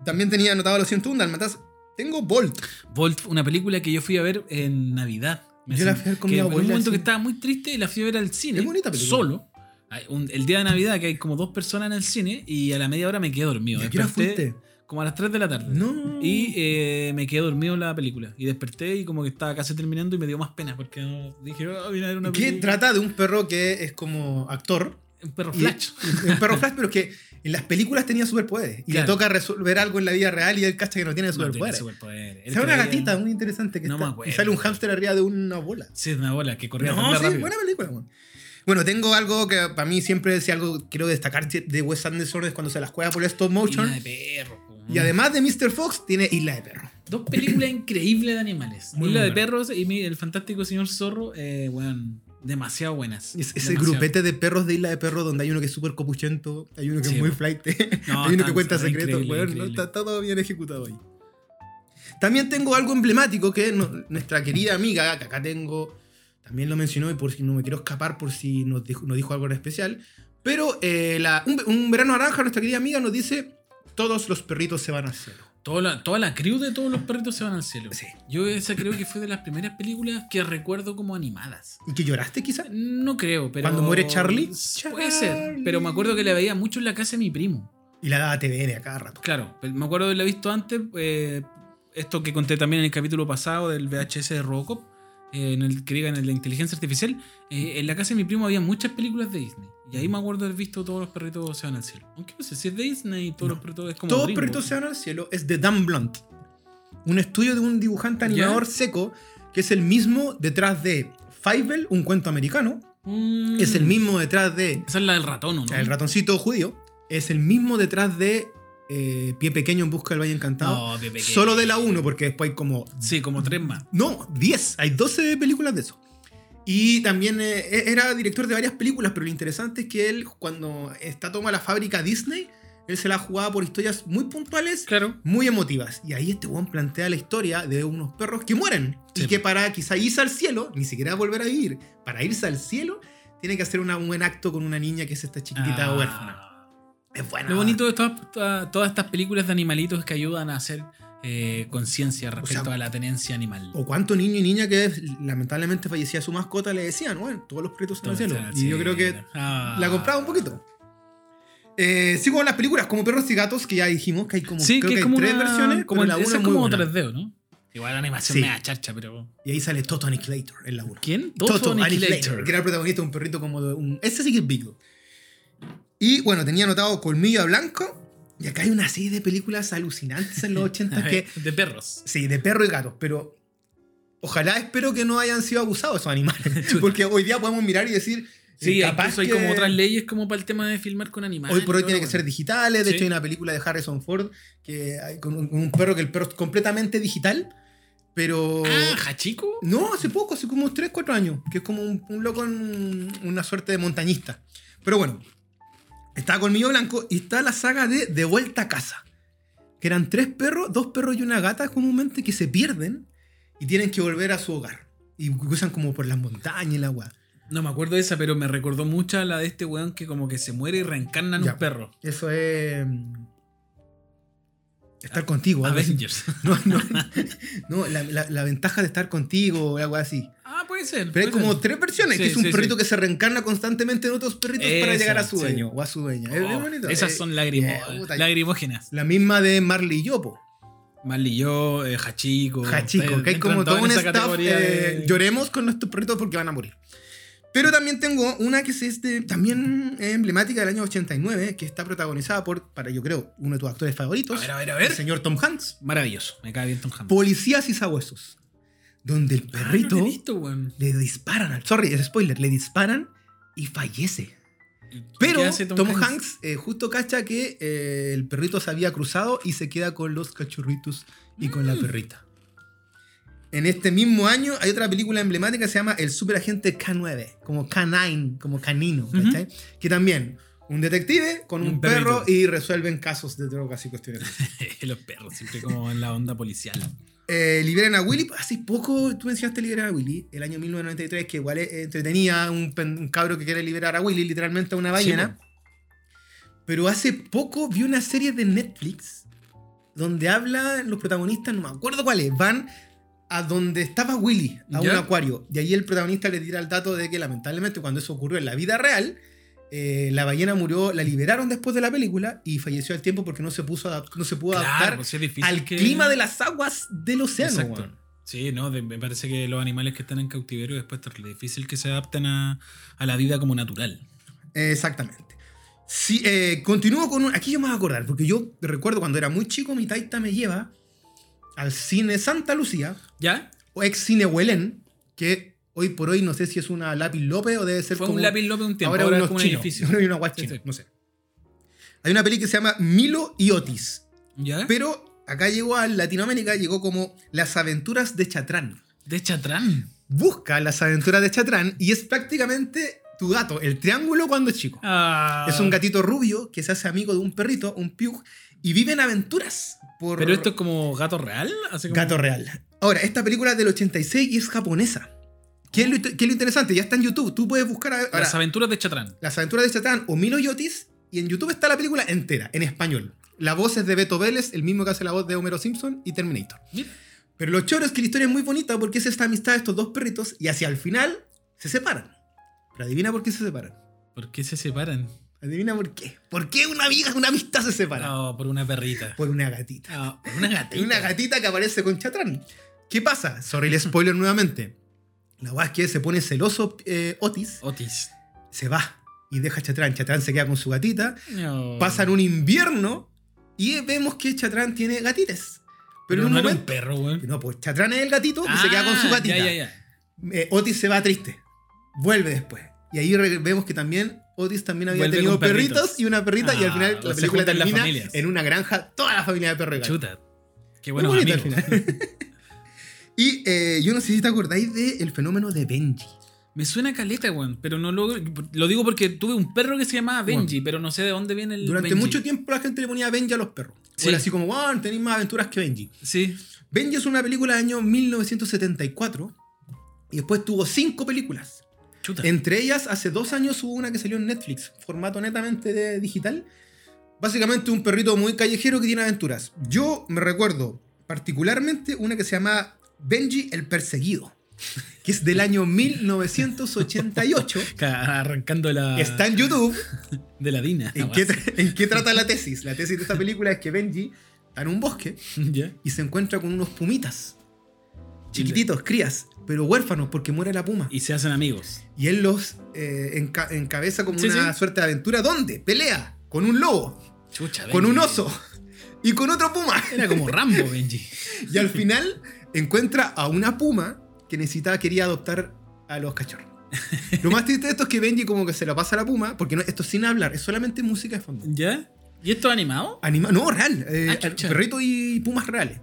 También tenía anotado los 101 Dalmatas. Tengo Bolt. Volt, una película que yo fui a ver en Navidad. Me Yo la sent- fui a ver con que mi en un abuela momento al que cine. estaba muy triste y la fui a ver al cine. Es bonita película. Solo. Hay un- el día de Navidad que hay como dos personas en el cine y a la media hora me quedé dormido. ¿Y a qué hora Desperté fuiste? como a las 3 de la tarde. No. Y eh, me quedé dormido en la película. Y desperté y como que estaba casi terminando y me dio más pena porque no- dije, oh, mira, era una que película. trata de un perro que es como actor. Un perro y- flash. y- Un perro flash, pero que en las películas tenía superpoderes. Y le Claro. toca resolver algo en la vida real y él cacha que no tiene No tiene superpoderes. superpoderes. Él Sale una creía- gatita muy interesante que No está- me acuerdo. y sale un hámster arriba de una bola. Sí, una bola que corría tan No, sí, rápido. buena película, weón. Bueno, tengo algo que para mí siempre, si algo quiero destacar de Wes Anderson es cuando se las juega por el stop motion. Isla de perro. po. Y además de Mr. Fox, tiene Isla de Perro. Dos películas increíbles de animales. Muy Isla de buena. perros y mi- El fantástico señor zorro, eh, weón, demasiado buenas. Es, es el Demasiado. grupete de perros de Isla de Perro donde hay uno que es súper copuchento, hay uno que Sí, es muy bueno. flight, No, hay uno está- que cuenta está secretos, increíble, weón, increíble. no, está todo bien ejecutado ahí. También tengo algo emblemático que no- nuestra querida amiga, que acá tengo, también lo mencionó y por si no me quiero escapar, por si nos dijo, nos dijo algo en especial. Pero eh, la- un, un verano naranja, nuestra querida amiga, nos dice: Todos los perritos se van al cielo. Toda la, toda la crew de todos los perritos se van al cielo. Sí. Yo esa creo que fue de las primeras películas que recuerdo como animadas. ¿Y que lloraste quizás? No creo, pero. ¿Cuando muere Charlie? Puede ser, Charlie. pero me acuerdo que la veía mucho en la casa de mi primo. Y la daba TVN a cada rato. Claro, pero me acuerdo de haberla visto antes. eh, esto que conté también en el capítulo pasado del VHS de Robocop, eh, en el que diga en el de inteligencia artificial. eh, en la casa de mi primo había muchas películas de Disney. Y Mm. ahí me acuerdo de haber visto todos los perritos se van al cielo. Aunque no sé si es de Disney, todos No. los perritos es como. Todos DreamWorks. perritos se van al cielo es de Dan Blunt. Un estudio de un dibujante animador seco que es el mismo detrás de Fievel, un cuento americano. Mm. Es el mismo detrás de Esa es la del ratón, ¿o ¿no? El ratoncito judío. Es el mismo detrás de eh, Pie Pequeño en Busca del Valle Encantado. No, de pequeño. Solo de la 1, porque después hay como. Sí, como tres más. No, 10. Hay 12 películas de eso. Y también eh, era director de varias películas, pero lo interesante es que él, cuando está toma la fábrica Disney, él se la jugaba por historias muy puntuales Claro. muy emotivas. Y ahí este weón plantea la historia de unos perros que mueren. Sí. Y que para quizá irse al cielo, ni siquiera volver a vivir, para irse al cielo, tiene que hacer una- un buen acto con una niña que es esta chiquitita Ah. huérfana. Es buena. Lo bonito de todas, toda- todas estas películas de animalitos es que ayudan a hacer eh, conciencia respecto sea, a la tenencia animal. O cuánto niño y niña que lamentablemente fallecía su mascota le decían, bueno, todos los proyectos están al cielo. Y yo creo que Ah. la compraba un poquito. Eh, sigo con las películas como Perros y Gatos, que ya dijimos que hay como, sí, creo que es hay como tres una, versiones, Como como la esa una es muy como buena. 3D, ¿o ¿no? Igual la animación Sí. me da charcha, pero. Y ahí sale Toto Annihilator en la 1. ¿Quién? Toto, Annihilator, Que era el protagonista, un perrito como de un. Ese sí que es Big Dog. Y bueno, tenía anotado Colmillo a Blanco. Y acá hay una serie de películas alucinantes en los 80 que. De perros. Sí, de perro y gatos, pero. Ojalá espero que no hayan sido abusados esos animales. Porque hoy día podemos mirar y decir. Sí, eh, incluso hay que como otras leyes como para el tema de filmar con animales. Hoy por hoy y tiene que todo, ser digitales. De Sí. hecho, hay una película de Harrison Ford que hay con un, con un perro que el perro es completamente digital. Pero. bueno. Ah, Hachiko. No, hace poco, hace como 3, 4 años, que es como un, un loco en una suerte de montañista. Pero bueno, está Colmillo Blanco y está la saga de De Vuelta a Casa. Que eran tres perros, dos perros y una gata comúnmente que se pierden y tienen que volver a su hogar. Y cruzan como por las montañas y el agua. No me acuerdo de esa, pero me recordó mucho a la de este weón que como que se muere y reencarna en Ya. un perro. Eso es... mm, Estar contigo. algo así. Avengers. No, no, no, la, la- la ventaja de estar contigo, algo así. Ah, puede ser. Pero hay puede como ser. tres versiones, que Sí, es un sí, perrito sí. que se reencarna constantemente en otros perritos para Esa, llegar a su sí. dueño o a su dueña. Es bien Oh, bonito. Esas Eh, son lagrimo- eh, puta, lagrimógenas. La misma de Marley y Yopo. Marley y yo, eh, Hachiko. Hachico, que hay entran como todo todas en un esa staff. categoría eh, de- Lloremos con nuestros perritos porque van a morir. Pero también tengo una que es este, también es emblemática del año 89, que está protagonizada por, para yo creo, uno de tus actores A favoritos, ver, a ver, a el ver. señor Tom Hanks. Maravilloso. Me cae bien Tom Hanks. Policías y sabuesos. Donde el perrito Ah, no lo he visto, weón. le disparan al. Sorry, es spoiler, le disparan y fallece. Pero ¿Qué hace Tom, Hanks, eh, justo cacha que eh, el perrito se había cruzado y se queda con los cachorritos y con Mm. la perrita. En este mismo año hay otra película emblemática que se llama El Superagente K9, como K9, como canino, Ujú. ¿cachai? Que también un detective con un, Un perro perrito. y resuelven casos de drogas y cuestiones. así. Los perros, siempre como en la onda policial. Eh, liberan a Willy, hace poco tú mencionaste liberar a Willy, el año 1993, que igual eh, entretenía un, pen- un cabro que quiere liberar a Willy, literalmente a una ballena. Sí, Pero hace poco vi una serie de Netflix donde hablan los protagonistas, no me acuerdo cuáles, van a donde estaba Willy, a un ¿Ya? acuario. Y ahí el protagonista le tira el dato de que lamentablemente cuando eso ocurrió en la vida real, eh, la ballena murió, la liberaron después de la película y falleció al tiempo porque no se, puso adap- no se pudo adaptar Claro, pues es difícil al que- clima de las aguas del océano. Exacto. weón. Sí, no, de- me parece que los animales que están en cautiverio después es difícil que se adapten a, a la vida como natural. Exactamente. Sí, eh, continúo con un. Aquí yo me voy a acordar, porque yo recuerdo cuando era muy chico, mi taita me lleva al cine Santa Lucía, ¿Ya? o ex cine Huelén, que hoy por hoy no sé si es una lápiz López o debe ser Fue como. un lápiz López un tiempo, ahora ahora, unos es como un chinos, edificio. ahora hay una guay Sí, china, sí. no sé. Hay una peli que se llama Milo y Otis, ¿Ya? pero acá llegó a Latinoamérica, llegó como Las aventuras de Chatrán. De Chatrán. Busca Las aventuras de Chatrán y es prácticamente tu gato, el triángulo cuando es chico. Es Ah, un gatito rubio que se hace amigo de un perrito, un piug, y viven aventuras por Pero esto es como gato real. así como- gato real. Ahora, esta película es del 86 y es japonesa. ¿Qué es lo, qué es lo interesante? Ya está en YouTube. Tú puedes buscar ahora, Las aventuras de Chatrán. Las aventuras de Chatán o Milo Yotis y en YouTube está la película entera, en español. La voz es de Beto Vélez, el mismo que hace la voz de Homero Simpson y Terminator. Mira. Pero lo choro es que la historia es muy bonita porque es esta amistad de estos dos perritos y hacia el final se separan. Pero adivina por qué se separan. ¿Por qué se separan? Adivina por qué. ¿Por qué una amiga, una amistad se separa? No, por una perrita. por una gatita. Ah, por una Hay gatita. una gatita que aparece con Chatrán. ¿Qué pasa? Sorry el spoiler nuevamente. La weá es que se pone celoso eh, Otis, Otis. se va y deja a Chatrán. Chatrán se queda con su gatita. No. Pasan un invierno y vemos que Chatrán tiene gatitas. Pero en un no era un momento. perro, weón. No, pues Chatrán es el gatito que se queda con su Ah, gatita. Ya, ya, ya. Eh, Otis se va triste. Vuelve después. Y ahí re- vemos que también Otis también había Vuelve tenido con perritos. perritos. y una perrita. y al Ah, final o la sea, película juntan las termina familias. en una granja, toda la familia de perro y gato. Chuta. Qué Muy buenos bonito amigos. al final. y eh, yo no sé si te acordáis del fenómeno de Benji. Me suena caleta, weón, pero no lo. Lo digo porque tuve un perro que se llamaba Benji, pero no sé de dónde viene el. Durante Benji. mucho tiempo la gente le ponía Benji a los perros. O Sí. Era así como, wow, tenéis más aventuras que Benji. Sí. Benji es una película del año 1974 y después tuvo cinco películas. Chuta. Entre ellas, hace dos años hubo una que salió en Netflix, formato netamente de digital. Básicamente un perrito muy callejero que tiene aventuras. Yo me recuerdo particularmente una que se llama Benji el Perseguido, que es del año 1988. Ca- Arrancando la. Está en YouTube. De la Dina. ¿En Ah, qué, en qué trata la tesis? La tesis de esta película es que Benji está en un bosque Ya. y se encuentra con unos pumitas. Chiquititos, crías, pero huérfanos porque muere la puma. Y se hacen amigos. Y él los eh, enca- encabeza como Sí, una sí. suerte de aventura. ¿Dónde? Pelea con un lobo, Chucha, con Benji. un oso y con otro puma. Era como Rambo, Benji. Y al final encuentra a una puma que necesitaba, quería adoptar a los cachorros. Lo más triste de esto es que Benji como que se la pasa a la puma, porque no- esto es sin hablar, es solamente música de fondo. ¿Ya? ¿Y esto animado? Anima no, real. eh, Ah, chucha. perrito y pumas reales.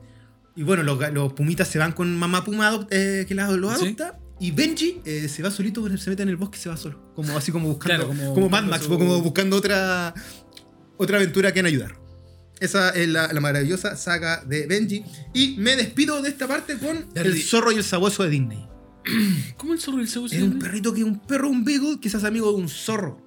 Y bueno, los, ga- los pumitas se van con mamá puma adop- eh, que las- los Sí. adopta. Y Benji eh, se va solito, se mete en el bosque y se va solo. Como, así como buscando. Claro, como, como Mad buscando Max, su- como buscando otra, otra aventura que en ayudar. Esa es la, la maravillosa saga de Benji. Y me despido de esta parte con Ya El di- zorro y el sabueso de Disney. ¿Cómo el zorro y el cebo se Es un llaman? perrito que es un perro, un beagle, que se hace amigo de un zorro.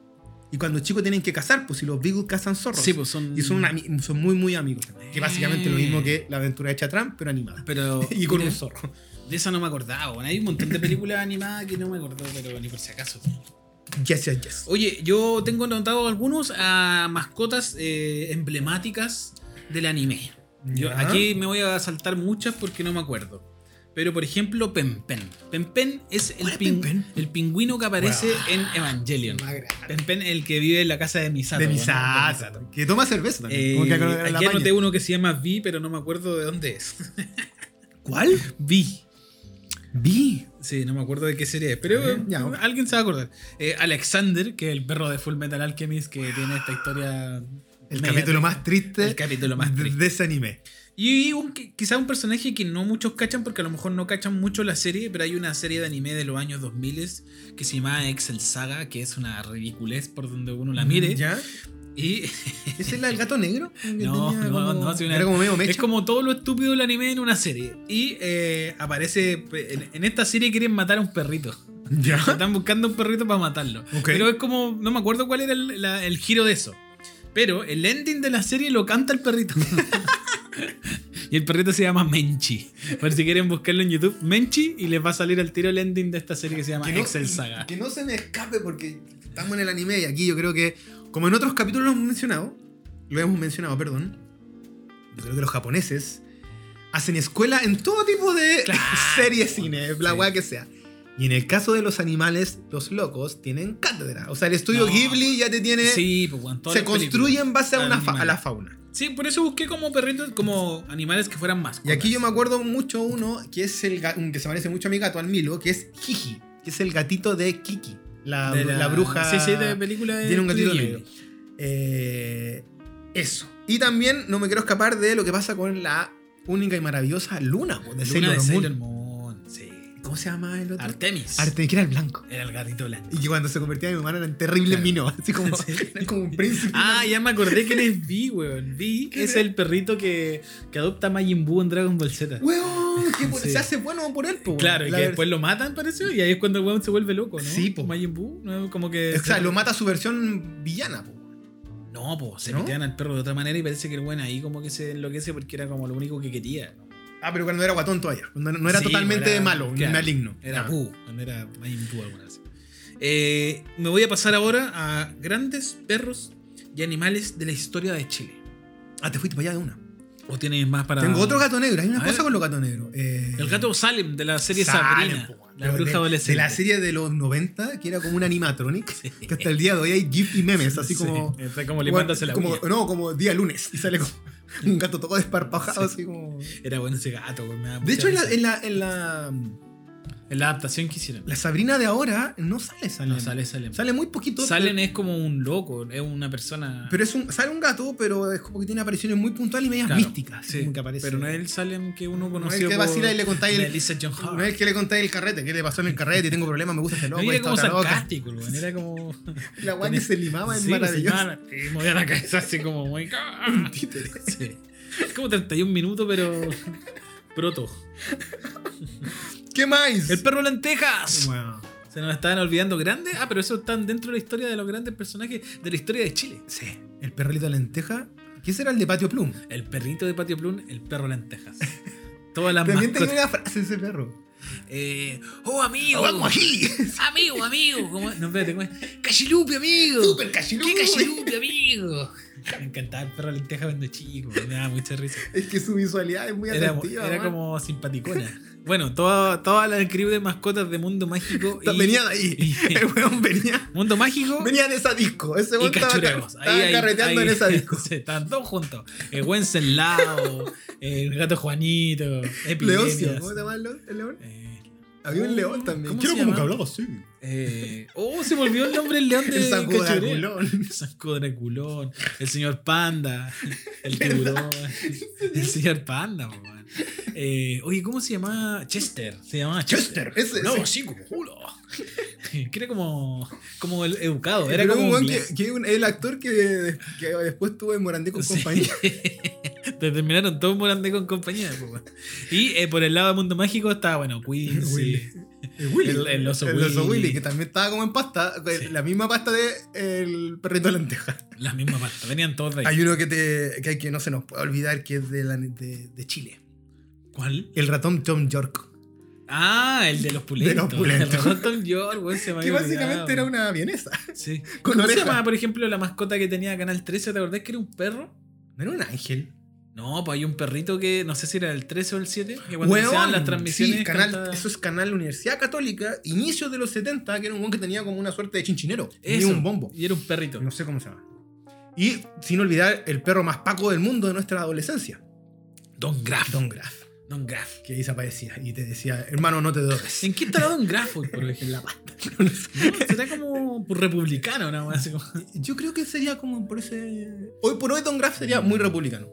Y cuando chicos tienen que cazar, pues si los beagles cazan zorros. Sí, pues son. Y son, ami- son muy, muy amigos. Que básicamente lo mismo que la aventura de Chatrán, pero animada. Pero. Y con un mira, zorro. De esa no me acordaba, weón. Hay un montón de películas animadas que no me acordaba, pero ni por si acaso. Yes, yes, yes. Oye, yo tengo anotado algunos a mascotas eh, emblemáticas del anime. Yo Ya. aquí me voy a saltar muchas porque no me acuerdo. Pero por ejemplo, Pempen. Pempen es el, ¿Cuál es pin- Pempen? el pingüino que aparece en Evangelion. Más grande. Pempen el que vive en la casa de Misato. De ¿no? Misato. Que toma cerveza también. Eh, como que la aquí apaña. anoté uno que se llama Vi, pero no me acuerdo de dónde es. ¿Cuál? Vi. Vi. Sí, no me acuerdo de qué serie es, pero Ah, ya. eh, alguien se va a acordar. Eh, Alexander, que es el perro de Full Metal Alchemist, que tiene esta historia. El media- capítulo más triste. El capítulo más de- triste. De ese anime. Y un, qui- quizá un personaje que no muchos cachan, porque a lo mejor no cachan mucho la serie, pero hay una serie de anime de los años 2000 que se llama Excel Saga, que es una ridiculez por donde uno la mire. Mm, ¿Ya? Y ¿Esa es la del gato negro? Que No, tenía no, no, sí, una- Era como medio mecha. es como todo lo estúpido del anime en una serie. Y eh, aparece, en, en esta serie quieren matar a un perrito. ¿Ya? Están buscando un perrito para matarlo. Ok. Pero es como, no me acuerdo cuál era el, la- el giro de eso. Pero el ending de la serie lo canta el perrito. Y el perrito se llama Menchi. Por si quieren buscarlo en YouTube, Menchi, y les va a salir al tiro el ending de esta serie que se llama Que no- Excel Saga. Que no se me escape porque estamos en el anime y aquí yo creo que, como en otros capítulos lo hemos mencionado, lo hemos mencionado, perdón, yo creo que los japoneses hacen escuela en todo tipo de Claro. series, cine, la Sí. weá que sea. Y en el caso de los animales, los locos tienen cátedra. O sea, el estudio No. Ghibli ya te tiene... Sí, pues, weón, todas se las películas. construye en base a, Al una fa- a animal. la fauna. Sí, por eso busqué como perritos, como animales que fueran más. Y aquí yo me acuerdo mucho uno que es el ga- que se parece mucho a mi gato, al Milo, que es Jiji, que es el gatito de Kiki, la, la bruja. Sí, sí, de película de. Tiene un gatito Ghibli. negro. Eh, eso. Y también no me quiero escapar de lo que pasa con la única y maravillosa Luna, po, Luna de Sailor de Moon. Sailor Moon. Sí. ¿Cómo se llama el otro? Artemis. Arte, que era el blanco. Era el gatito blanco. Y que cuando se convertía en humano eran terribles Claro. minos, así como, Sí. eran como un príncipe. Ah, ya me acordé que es Vi, weón. Vi ¿Quién es es? el perrito que, que adopta a Majin Buu en Dragon Ball Z. Weón, que por- Sí. se hace bueno por él, po, weón. Claro, y La que ver- después lo matan, pareció, y ahí es cuando el weón se vuelve loco, ¿no? Sí, po. Majin Buu, ¿no? Como que. O sea, lo mata su versión villana, po. No, po, se ¿No? metían al perro de otra manera y parece que el weón ahí como que se enloquece porque era como lo único que quería. Ah, pero cuando era guatón todavía. No, no era Sí, totalmente era- malo, ni claro, maligno. Era Ah. Buu, cuando era Majin Buu alguna vez. Eh, me voy a pasar ahora a grandes perros y animales de la historia de Chile. Ah, te fuiste para allá de una. ¿O tienes más para.? Tengo otro gato negro. Hay una A cosa ver. con los gatos negros. Eh, El gato Salem de la serie Salen, Sabrina. po, weón. la Pero bruja de, adolescente. De la serie de los 90, que era como un animatronic, que hasta el día de hoy hay GIF y memes, así como. Sí, está como como- limándose la como- uña. No, como día lunes. Y sale como un gato todo desparpajado, Sí. así como. Era bueno ese gato, güey, me da De mucha hecho, en la, risa. en la, en la, En la adaptación que hicieron. la Sabrina de ahora no sale Salem. No, sale Salem. Sale muy poquito. Salen es como un loco, es una persona. pero, pero es un, sale un gato, pero es como que tiene apariciones muy puntuales y medias Claro, místicas. sí, como que aparece. Pero no es el Salem que uno No es el conoció. que por- vacila y le contáis de el. Lisa John Hart. No es el que le contáis el carrete, que le pasó en el carrete, tengo problemas, me gusta este No, loco, era esta como otra loca. sarcástico, el weón, Era como. La guay que se limaba es Sí, pues, maravillosa. se llama- sí, movía la cabeza así como muy. Sí. Es como 31 minutos, pero. Proto. ¿Qué más? El perro lentejas. Wow. Se nos estaban olvidando grandes. Ah, pero eso están dentro de la historia de los grandes personajes de la historia de Chile. Sí, el perrito de lenteja. ¿Qué será el de Patio Plum? El perrito de Patio Plum, el perro lentejas. Todas las También tenía mascotas. una frase ese perro. Eh, oh, amigo. ¡Vamos aquí! Amigo, amigo. ¿Cómo es? No, espérate, ¿cómo es? Cachilupe, amigo. ¡Súper cachilupe! ¡Qué cachilupe, amigo! Me encantaba el perro lenteja cuando chico. Me daba mucha risa. Es que su visualidad es muy Era, atractiva. era man. como simpaticona. Bueno, toda, toda la crew de mascotas de Mundo Mágico. Ta- y- Venía de ahí. y- El weón venía. Mundo Mágico. Venía de esa disco. Ese y weón estaba, car- cachureos. estaba carreteando en esa disco. se están todos juntos. Eh, Wenceslao, eh, el gato Juanito, Epidemias. Leocio, ¿cómo se llama el león? el león? Eh, Había un león también. ¿Cómo Quiero se como llama? que hablaba así. eh, oh, se volvió el nombre del león de El zancudo Cachureo. draculón. El zancudo Draculón, el señor Panda, el tiburón, el señor Panda, po, man. Eh, Oye, ¿cómo se llamaba? Chester. Se llamaba Chester. Chester, ese, no, ese. sí, como culo. Que era como, como el- educado. Era Era como un weón inglés. que, que un- el actor que, que después estuvo en Morandé con Sí. compañía. Te terminaron todos morandé con compañía. po, weón. Y eh, por el lado de Mundo Mágico está, bueno, Quincy. Willy. Willy. El- el oso Willy. Willy, que también estaba como en pasta, eh, Sí. la misma pasta de el perrito de lenteja. La misma pasta. Venían todos de ahí. Hay uno que, te, que, hay que no se nos puede olvidar que es de, la- de- de Chile. ¿Cuál? El ratón Tom York. Ah, el de los pulentos. De los pulentos. El Rotom York, weón, se me Que había básicamente olvidado. era una vienesa. Sí. con ¿Cómo se oreja. llamaba, por ejemplo, la mascota que tenía Canal 13? ¿Te acordás que era un perro? ¿No era un ángel? No, pues hay un perrito que no sé si era el 13 o el 7. Que cuando Weón, iniciaban las transmisiones. sí, canal, cantaba- Eso es canal Universidad Católica, inicios de los 70, que era un buen que tenía como una suerte de chinchinero. Tenía Eso, un bombo. Y era un perrito. No sé cómo se llama. Y sin olvidar el perro más paco del mundo de nuestra adolescencia. Don Graff. Don Graff. Don Graff. que ahí desaparecía y te decía, hermano, no te drogues. ¿En qué estará Don Graff hoy por hoy? En la pasta. será como republicano, nada más. así como- Yo creo que sería como por ese. Hoy por hoy Don Graff sería muy republicano.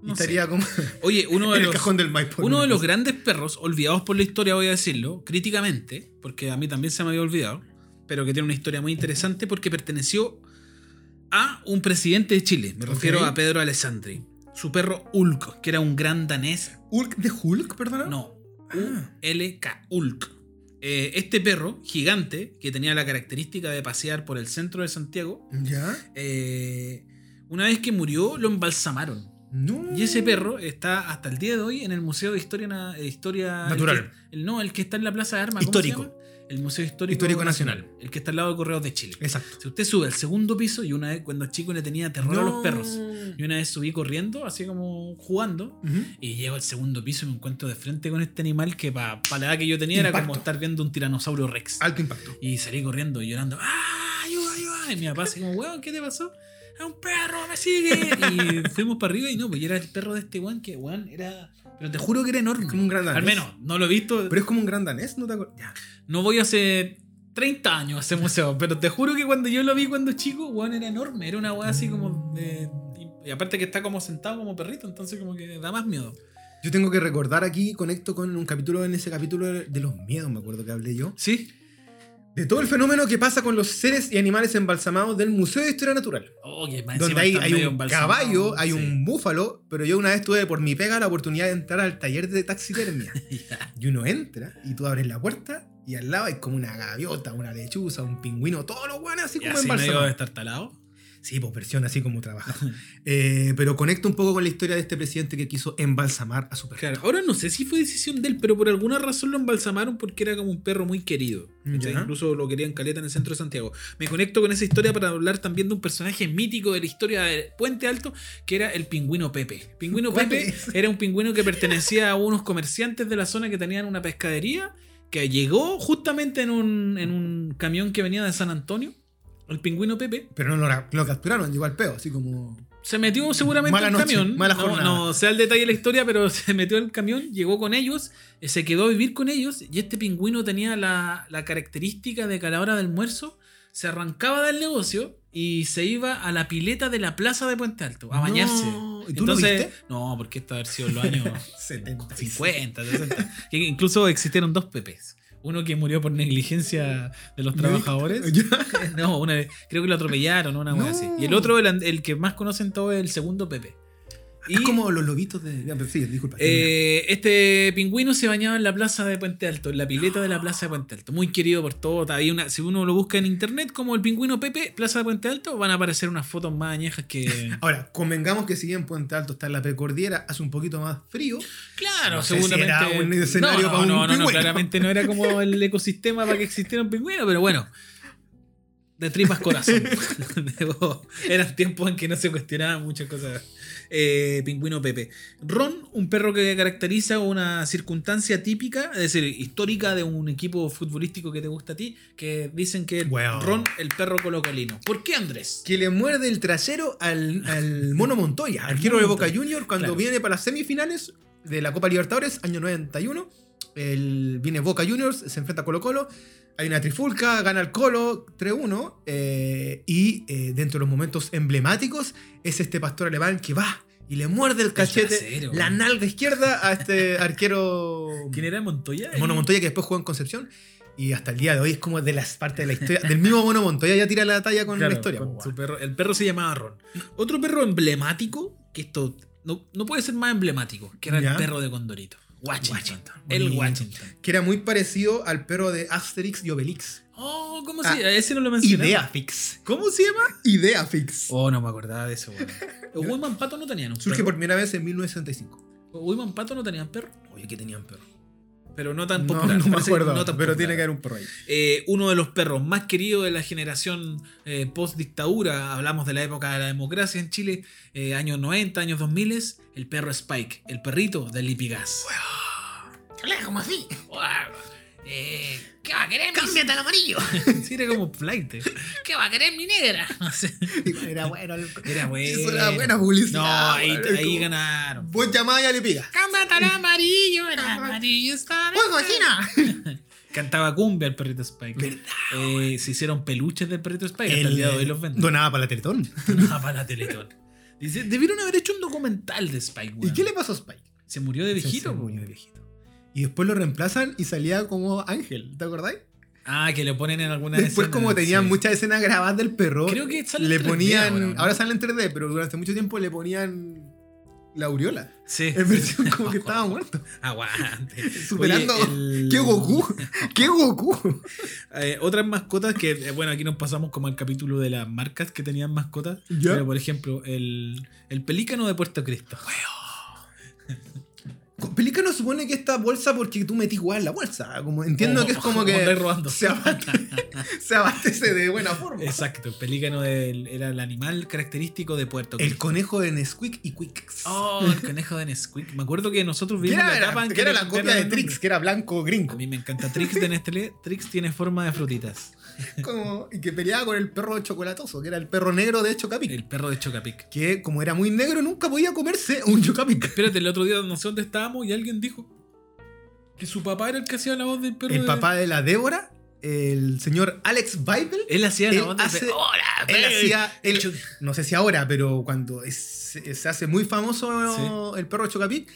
Mm. no sé. Estaría como Oye, uno de en el los. cajón del Maipo. Uno de los grandes perros, olvidados por la historia, voy a decirlo, críticamente, porque a mí también se me había olvidado, pero que tiene una historia muy interesante porque perteneció a un presidente de Chile. Me Ok. refiero a Pedro Alessandri. Su perro Ulk, que era un gran danés. Hulk de Hulk, perdona. No, Ah. LK Ulk. Eh, este perro gigante, que tenía la característica de pasear por el centro de Santiago, ¿Ya? eh, una vez que murió lo embalsamaron. No. Y ese perro está hasta el día de hoy en el Museo de Historia, Na- eh, Historia el Natural. que- el- no, el que está en la Plaza de Armas. ¿cómo Histórico. se llama? El Museo Histórico, Histórico Nacional. El que está al lado de Correos de Chile. Exacto. Si usted sube al segundo piso, y una vez cuando chico le tenía terror a los No. perros. Y una vez subí corriendo, así como jugando, Ujú. y llego al segundo piso y me encuentro de frente con este animal que para la edad que yo tenía era Impacto. como estar viendo un tiranosaurio rex. Alto impacto. Y salí corriendo y llorando. ¡Ah! ¡Ayuda, ayuda! Y mi papá así como, weón, ¿qué te pasó? ¡Es un perro! ¡Me sigue! Y fuimos para arriba y no, pues y era el perro de este weón que, weón, era... Pero te juro que era enorme. Es como un gran danés. Al menos, no lo he visto. Pero es como un gran danés, ¿no te acuerdas? Ya. No voy hace 30 años a ese museo, pero te juro que cuando yo lo vi cuando chico, weón, era enorme. Era una weá así como de... Y, y aparte que está como sentado como perrito, entonces como que da más miedo. Yo tengo que recordar aquí, conecto con un capítulo, en ese capítulo de los miedos, me acuerdo que hablé yo. ¿Sí? De todo el fenómeno que pasa con los seres y animales embalsamados del Museo de Historia Natural. Oh, que más donde encima hay, está hay medio un embalsamado. caballo, hay Sí. un búfalo, pero yo una vez tuve por mi pega la oportunidad de entrar al taller de taxidermia. Ya. y uno entra y tú abres la puerta y al lado hay como una gaviota, una lechuza, un pingüino, todos los guanes así Y como así medio embalsamados. destartalado. Sí, pues versión así como trabaja. Eh, pero conecta un poco con la historia de este presidente que quiso embalsamar a su perro. Claro, ahora no sé si fue decisión de él, pero por alguna razón lo embalsamaron porque era como un perro muy querido. ¿cachai? Ya. Incluso lo querían caleta en el centro de Santiago. Me conecto con esa historia para hablar también de un personaje mítico de la historia de Puente Alto, que era el pingüino Pepe. Pingüino ¿Cuál Pepe es? era un pingüino que pertenecía a unos comerciantes de la zona que tenían una pescadería, que llegó justamente en un, en un camión que venía de San Antonio. El pingüino Pepe Pero no lo, lo capturaron, llegó al peo, así como... se metió seguramente Mala al noche, camión. mala no, jornada. no sé el detalle de la historia, pero se metió al camión, llegó con ellos, eh, se quedó a vivir con ellos. Y este pingüino tenía la, la característica de que a la hora del almuerzo se arrancaba del negocio y se iba a la pileta de la plaza de Puente Alto a bañarse. No, ¿y tú lo viste? No, porque esto haber sido en los años 70. 50, 60. Que incluso existieron dos Pepes. Uno que murió por negligencia de los trabajadores. No, una vez- creo que lo atropellaron, una wea No. así. Y el otro, el, an- el que más conocen todos, es el segundo Pepe. Y Es como los lobitos de... ya, pero Sí, disculpa. eh, este pingüino se bañaba en la plaza de Puente Alto, en la pileta de la plaza de Puente Alto. Muy querido por todos. Había una, si uno lo busca en internet, como el pingüino Pepe, plaza de Puente Alto, van a aparecer unas fotos más añejas que. Ahora, convengamos que si bien Puente Alto está en la precordillera, hace un poquito más frío. Claro, No sé si seguramente. era un no, escenario no, para un no, no, no, pingüino. claramente no era como el ecosistema para que existiera un pingüino, pero bueno. De tripas corazón. Debo- Eran tiempos en que no se cuestionaban muchas cosas. Eh, pingüino Pepe. Ron, un perro que caracteriza una circunstancia típica, es decir, histórica de un equipo futbolístico que te gusta a ti, que dicen que es Weón. Ron, el perro colocolino. ¿Por qué Andrés? Que le muerde el trasero al, al Mono Montoya, arquero de Mono Boca Montoya. Junior, cuando Claro. viene para las semifinales de la Copa Libertadores, año 91. Él viene Boca Juniors, se enfrenta a Colo Colo. Hay una trifulca, gana el Colo 3-1. eh, y eh, dentro de los momentos emblemáticos es este pastor alemán que va y le muerde el cachete, trasero, la weón. nalga izquierda a este arquero ¿Quién era Montoya? Mono Montoya que después jugó en Concepción. Y hasta el día de hoy es como de las partes de la historia. Del mismo Mono Montoya ya tira la talla con Claro, la historia. con po, su weón. perro. el perro se llamaba Ron. Otro perro emblemático, que esto no, no puede ser más emblemático, que era Ya. el perro de Condorito. Washington. Washington, El bonito. Washington. Que era muy parecido al perro de Asterix y Obelix. Oh, ¿cómo Ah, se llama? Ese no lo mencioné. Ideafix. ¿Cómo se llama? Ideafix. Oh, no me acordaba de eso, weón. Los Wilman Pato no tenían un Surge por perro. primera vez en 1965. Los Wilman Pato no tenían perro. Oye, que tenían perro. Pero no tan no, popular. no me parece que acuerdo, no tan pero popular. tiene que haber un perro ahí. Eh, uno de los perros más queridos de la generación eh, post-dictadura, hablamos de la época de la democracia en Chile, eh, años 90, años 2000, el perro Spike, el perrito del Lipigas. como así. Eh, ¿Qué va a querer? Cámbiate al amarillo. mi- Sí, era como flight. ¿Qué va a querer mi negra? No sé. era bueno. el- Era bueno. Eso era buena publicidad. No, ahí, weón, es ahí como, ganaron. Vos llamás y ya le pigas. Cámate al amarillo, el amarillo está. ¡Oye, cocina! Cantaba cumbia el perrito Spike. ¿Verdad? Eh, se hicieron peluches del perrito Spike. Hasta el día de hoy los venden. Donaba para la Teletón. Nada para la Teletón. Dice, debieron haber hecho un documental de Spike, weón. ¿Y qué le pasó a Spike? Se murió de viejito, Se po. murió de viejito. Y después lo reemplazan y salía como Ángel, ¿te acordáis? Ah, que lo ponen en alguna Después, escena, como tenían sí. muchas escenas grabadas del perro, Creo que sale en le 3D ponían. ahora, Ahora, ¿no? sale en 3D, pero durante mucho tiempo le ponían la aureola. Sí. En versión como que estaba muerto. Aguante. Superando. Oye, el- ¡Qué Goku! ¡Qué Goku! Eh, otras mascotas que, eh, bueno, aquí nos pasamos como al capítulo de las marcas que tenían mascotas. Ya. Pero, por ejemplo, el, el pelícano de Puerto Cristo. Pelícano supone que esta bolsa porque tú metís igual la bolsa. Como, entiendo Como- que es como como andáis que Oh, robando. se abastece, se abastece de buena forma. Exacto, el pelícano del- era el animal característico de Puerto El Cristo. conejo de Nesquik y Quicks. Oh, el conejo de Nesquik. Me acuerdo que nosotros que vimos era, la etapa en que que era le la copia cambiaron de el nombre. Trix, que era blanco A gringo. mí me encanta Trix de Nestlé. Trix tiene forma de frutitas. Como, y que peleaba con el perro chocolatoso, que era el perro negro de Chocapic. El perro de Chocapic. Que como era muy negro, nunca podía comerse un Chocapic. Espérate, el otro día no sé dónde estábamos y alguien dijo que su papá era el que hacía la voz del perro. El de- papá de la Débora, el señor Alex Weibel, Él hacía Él la voz del hace- perro. ¡Hola, él baby! hacía. él- Choc- no sé si ahora, pero cuando es- se hace muy famoso el perro Chocapic,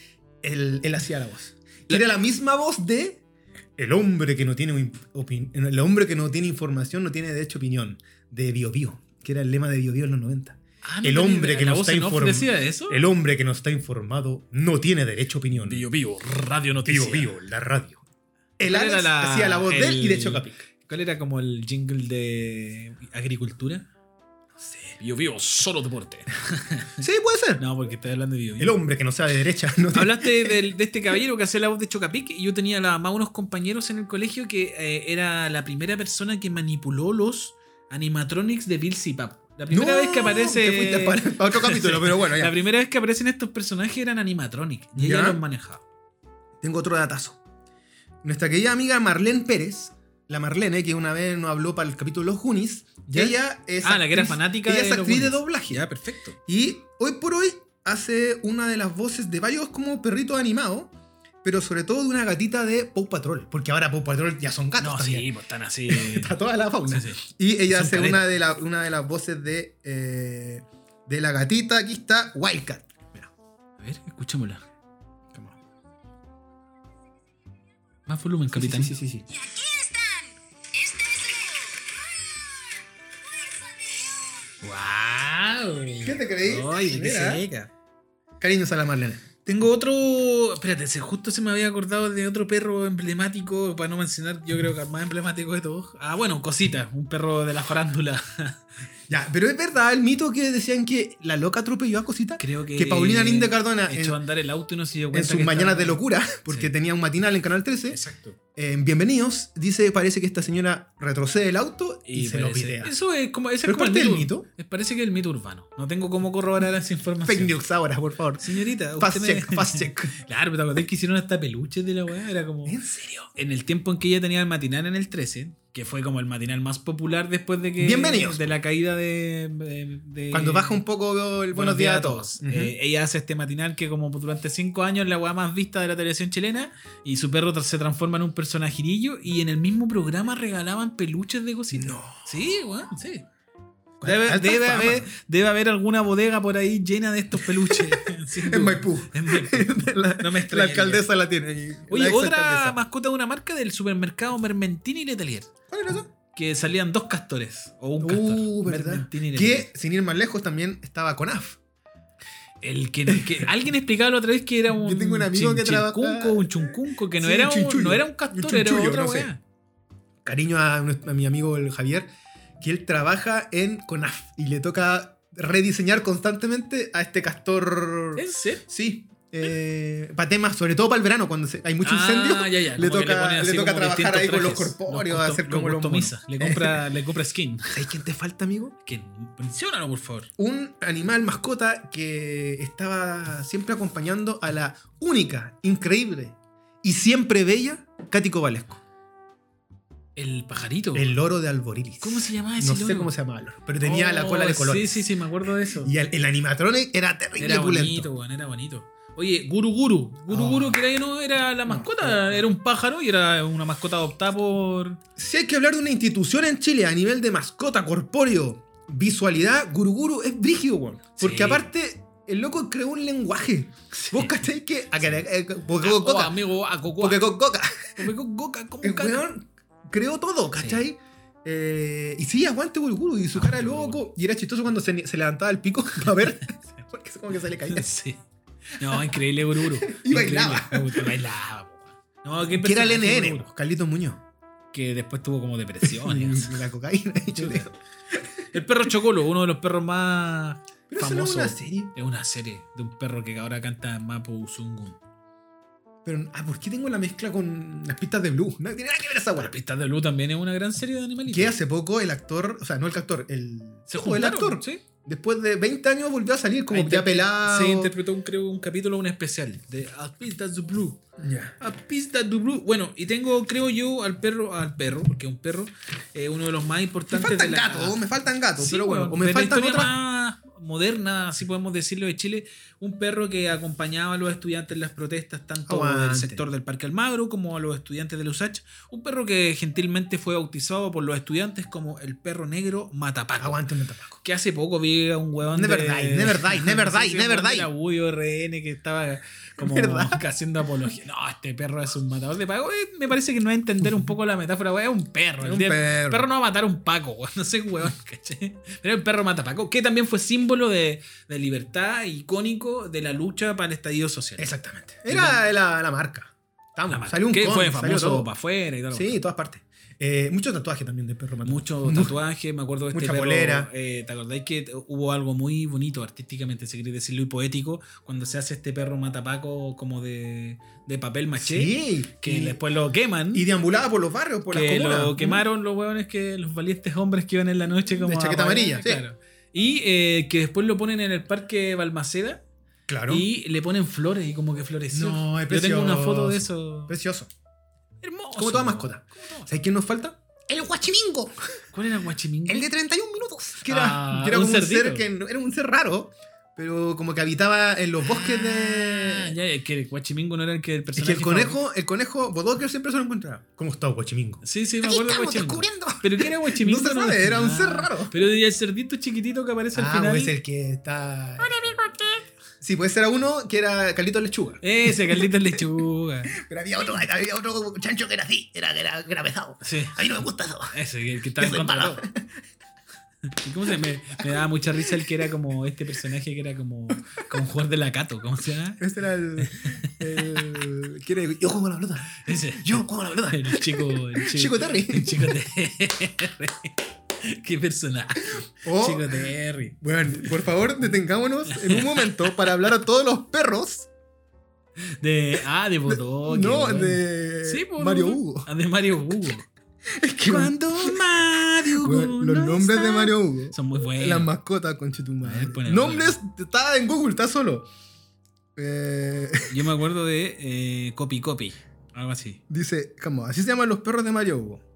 él, él hacía la voz. Y La- era la misma voz de. El hombre que no tiene opi- opin- el hombre que no tiene información no tiene de hecho opinión. De Bio Bio, que era el lema de Bio Bio en los 90. Ah, el tenía hombre idea. que ¿La nos voz está en off inform- decía eso? El hombre que no está informado no tiene derecho a opinión. Bio Bio, Radio Bio Noticias. Bio, la radio. El ¿Cuál Alex era la- hacía la voz de él y de el- Chocapic. ¿Cuál era como el jingle de agricultura? No sé. Bio Bio, solo deporte. Sí, puede ser. No, porque estoy hablando de Bio Bio. El hombre que no sabe de derecha no tiene- Hablaste del- de este caballero que hacía la voz de Chocapic y yo tenía la, más unos compañeros en el colegio que eh, era la primera persona que manipuló los animatronics de Bill Zipap. La primera No, vez que aparece... te fuiste para, para otro capítulo, pero bueno, La ya. primera vez que aparecen estos personajes eran animatronics y ¿Ya? ella los manejaba. Tengo otro datazo. Nuestra querida amiga Marlene Pérez, la Marlene, que una vez nos habló para el capítulo Los Junis, ¿Ya? ella es. Ah, la que era fanática Ella de es los actriz de Goonies. doblaje. perfecto. Y hoy por hoy hace una de las voces de varios como perritos animados, pero sobre todo de una gatita de Paw Patrol, porque ahora Paw Patrol ya son gatos. No, también. sí, pues están así. Está toda la fauna. Sí, sí. Y ella Son hace caretas. una de, la- una de las voces de, eh, de la gatita. Aquí está Wildcat. Mira. A ver, escuchémosla. Más volumen, capitán. Sí, sí, sí, sí, sí. Y aquí están. Este es Leo. ¡Wow! ¿Qué te creí? Oye, qué Mira. seca. Cariños a la Marlene. Tengo otro. Espérate, se- justo se me había acordado de otro perro emblemático, para no mencionar, yo creo que el más emblemático de todos. Ah, bueno, Cosita, un perro de la farándula. Ya, pero es verdad el mito que decían que la loca atropelló a Cosita. Creo que. Que Paulina Linde Cardona Echó a en, andar el auto y no se dio en cuenta. sus que mañanas estaba- de locura, porque Sí. tenía un matinal en Canal 13. Exacto. en Bienvenidos, dice, parece que esta señora retrocede el auto y, se lo parece- videa. Eso es como. Ese Pero es como es parte del mito. Eh, Parece que es el mito urbano. No tengo cómo corroborar esa información. Fake news ahora, por favor. Señorita, Fast Ah, usted me- check, fast check. Claro, pero te acordás que hicieron hasta peluches de la weá. Era como. ¿En serio? en el tiempo en que ella tenía el matinal en el 13, que fue como el matinal más popular después de que. Bienvenidos. De la caída de. de- de- Cuando baja un poco el Buenos, días, a todos. Eh, ella hace este matinal que, como durante cinco años, la weá más vista de la televisión chilena. Y su perro se transforma en un personajirillo. Y en el mismo programa regalaban peluches de cosita. No. Sí, weón, sí. Con Debe, alta debe fama. haber, debe haber alguna bodega por ahí llena de estos peluches. sin duda. En Maipú. En Maipú. la, No me la extrañaría. alcaldesa la tiene. ahí, Oye, la ex otra alcaldesa. mascota de una marca del supermercado Mermentini y Letelier. ¿Cuál era eso? Que salían dos castores. O un castor. Uh, ¿verdad? Mermentini y Que, Letelier. sin ir más lejos, también estaba con AF. El que, que- alguien explicaba la otra vez que era un. Yo tengo un amigo que trabaja- chinchunco, un chunkunco, que no, Sí, era un un, chinchullo. no era un Un castor, era chinchullo, otra no sé. weá. Cariño a, nuestro- a mi amigo el Javier, que él trabaja en CONAF y le toca rediseñar constantemente a este castor. ¿En serio? Sí. eh, para temas, sobre todo para el verano, cuando se- hay mucho Ah, incendio. ya, ya, Le como que toca- ponen así le toca como trabajar distintos ahí con los trajes. corpóreos, custom- hacer como los customiza, monos. Le compra, le compra skin. ¿Sabes quién te falta, amigo? Que, menciónalo, por favor. Un animal mascota que estaba siempre acompañando a la única, increíble y siempre bella Katy Cobalesco. El pajarito. El loro de Alborilis. Oh. ¿Cómo se llamaba ese No sé loro? cómo se llamaba el loro, pero tenía la Oh, cola de color. Sí, sí, sí, me acuerdo de eso. Y el, el animatronic era terrible Era pulento. bonito, weón, era bonito. Oye, Guru Guru. Guru Oh. Guru, que era, no, era la mascota, era un pájaro y era una mascota adoptada por. Si hay que hablar de una institución en Chile a nivel de mascota, corpóreo, visualidad, Guruguru es brígido, weón. Porque Sí. aparte, el loco creó un lenguaje. Vos cacháis que. a cara- eh, Porque Ah, con oh, coca. amigo, a Cocoa. Porque con coca. Porque con Coca, como El caca. weón creó todo, ¿cachai? Eh, y sí, aguante Guruguru Ah, y su cara Aguante loco. Y era chistoso cuando se, se levantaba el pico para ver. Porque es como que se le caía. Sí. No, increíble Guruguru. Y Increíble. bailaba. Me gustó, Bailaba, po. No, qué Que era el personaje NN, Guruguru, Oh, pues, Carlitos Muñoz. Que después tuvo como depresiones. La cocaína y chuleo. el perro Chocolo, uno de los perros más Pero eso no es famosos. una serie. Es una serie de un perro que ahora canta Mapo Uzungun. Pero, ah, ¿por qué tengo la mezcla con las pistas de Blue? No tiene nada que ver esa Las guarda. pistas de luz también es una gran serie de animalitos. Que hace poco el actor, o sea, no el actor, el. Se Ojo, el juntaron, actor. ¿sí? Después de 20 años volvió a salir como Ahí ya te- pelado. Se interpretó, un, creo, un capítulo, un especial de A Pista du Blue. Ya. A Pista du Blue. Bueno, y tengo, creo yo, al perro, al perro, porque es un perro, eh, uno de los más Me importantes faltan de la. gatos, oh, me faltan gatos, Sí, pero bueno. weón, O me de la faltan historia otras. más moderna, si podemos decirlo, de Chile, un perro que acompañaba a los estudiantes en las protestas, tanto Aguante. del sector del Parque Almagro como a los estudiantes de la USACH. Un perro que gentilmente fue bautizado por los estudiantes como el perro negro Matapaco. Ah, Aguante un tapaco. Que hace poco vi a un weón Never de... die, never die, never die, un never weón del die. Abullo RN que estaba como ¿Verdad? que haciendo apología. No, este perro es un matador de paco. Eh, Me parece que no va a entender un poco la metáfora, weón. Es un perro. Es El un día- perro. El perro no va a matar a un paco, weón. No sé, weón, caché. Pero el perro mata a paco, que también fue símbolo de, de libertad, icónico de la lucha para el estallido social. Exactamente. Era la, la marca. Estamos, La marca, salió un que cómic, fue salió famoso todo. para afuera y todo. lo Sí, todas partes. Eh, mucho tatuaje también del perro matón. Mucho tatuaje, me acuerdo de este Mucha perro, polera. eh, ¿Te acordáis que hubo algo muy bonito artísticamente, si queréis decirlo, y poético, cuando se hace este perro matapaco como de, de papel maché? Sí. Que y, después lo queman. y deambulaba por los barrios, por las que comunas. lo quemaron los hueones que los valientes hombres que iban en la noche como De a chaqueta apagar, amarilla, sí. claro. Y eh, que después lo ponen en el parque Balmaceda Claro. y le ponen flores y como que floreció. No, es Yo tengo una foto de precioso. eso. Precioso. Hermoso. Como toda mascota. Como todo. ¿Sabes quién nos falta? El guachimingo. ¿Cuál era Guachimingo? El de 31 minutos. Que era, Ah, que era un como un ser cerdito. que no- era un ser raro, pero como que habitaba en los bosques Ah, de. ya, es que el Guachimingo no era el que el Es personaje. que el conejo, el conejo Bodoker siempre se lo encontraba. ¿Cómo está Guachimingo? favorito. Sí, sí, me Aquí acuerdo de estamos Guachimingo. descubriendo. Pero ¿qué era Guachimingo? No se sabe, era un ser raro. Pero y el cerdito chiquitito que aparece al Ah, final. o es el que está. Sí, puede ser a uno que era Calito Lechuga. Ese, Carlitos Lechuga. Pero había otro, había otro chancho que era así, era, era, era pesado. Sí. A mí no me gusta eso. Ese, el que estaba en Ese contra malo. de todo. ¿Y ¿Cómo se me, me daba mucha risa el que era como este personaje que era como, como un jugador de la Cato, ¿cómo se llama? Este era el. el que era, yo juego a la pelota. Ese. Yo juego a la pelota. El chico. El chico, Chico Terry. El chico Terry. Qué personaje. O- Chico Terry. Bueno, Oh, por favor, detengámonos en un momento para hablar a todos los perros. De, ah, de Bodoque. no, bueno. de Sí, po, Mario no, no. Hugo. Ah, de Mario Hugo. que- Cuando Mario Hugo. Bueno, los no nombres de está- Mario Hugo. Son muy buenos. Las mascotas, con A ver, pon el- Nombres, está en Google, está solo. Eh, Yo me acuerdo de eh, Copy Copy. Algo así. dice, ¿cómo? Así se llaman los perros de Mario Hugo.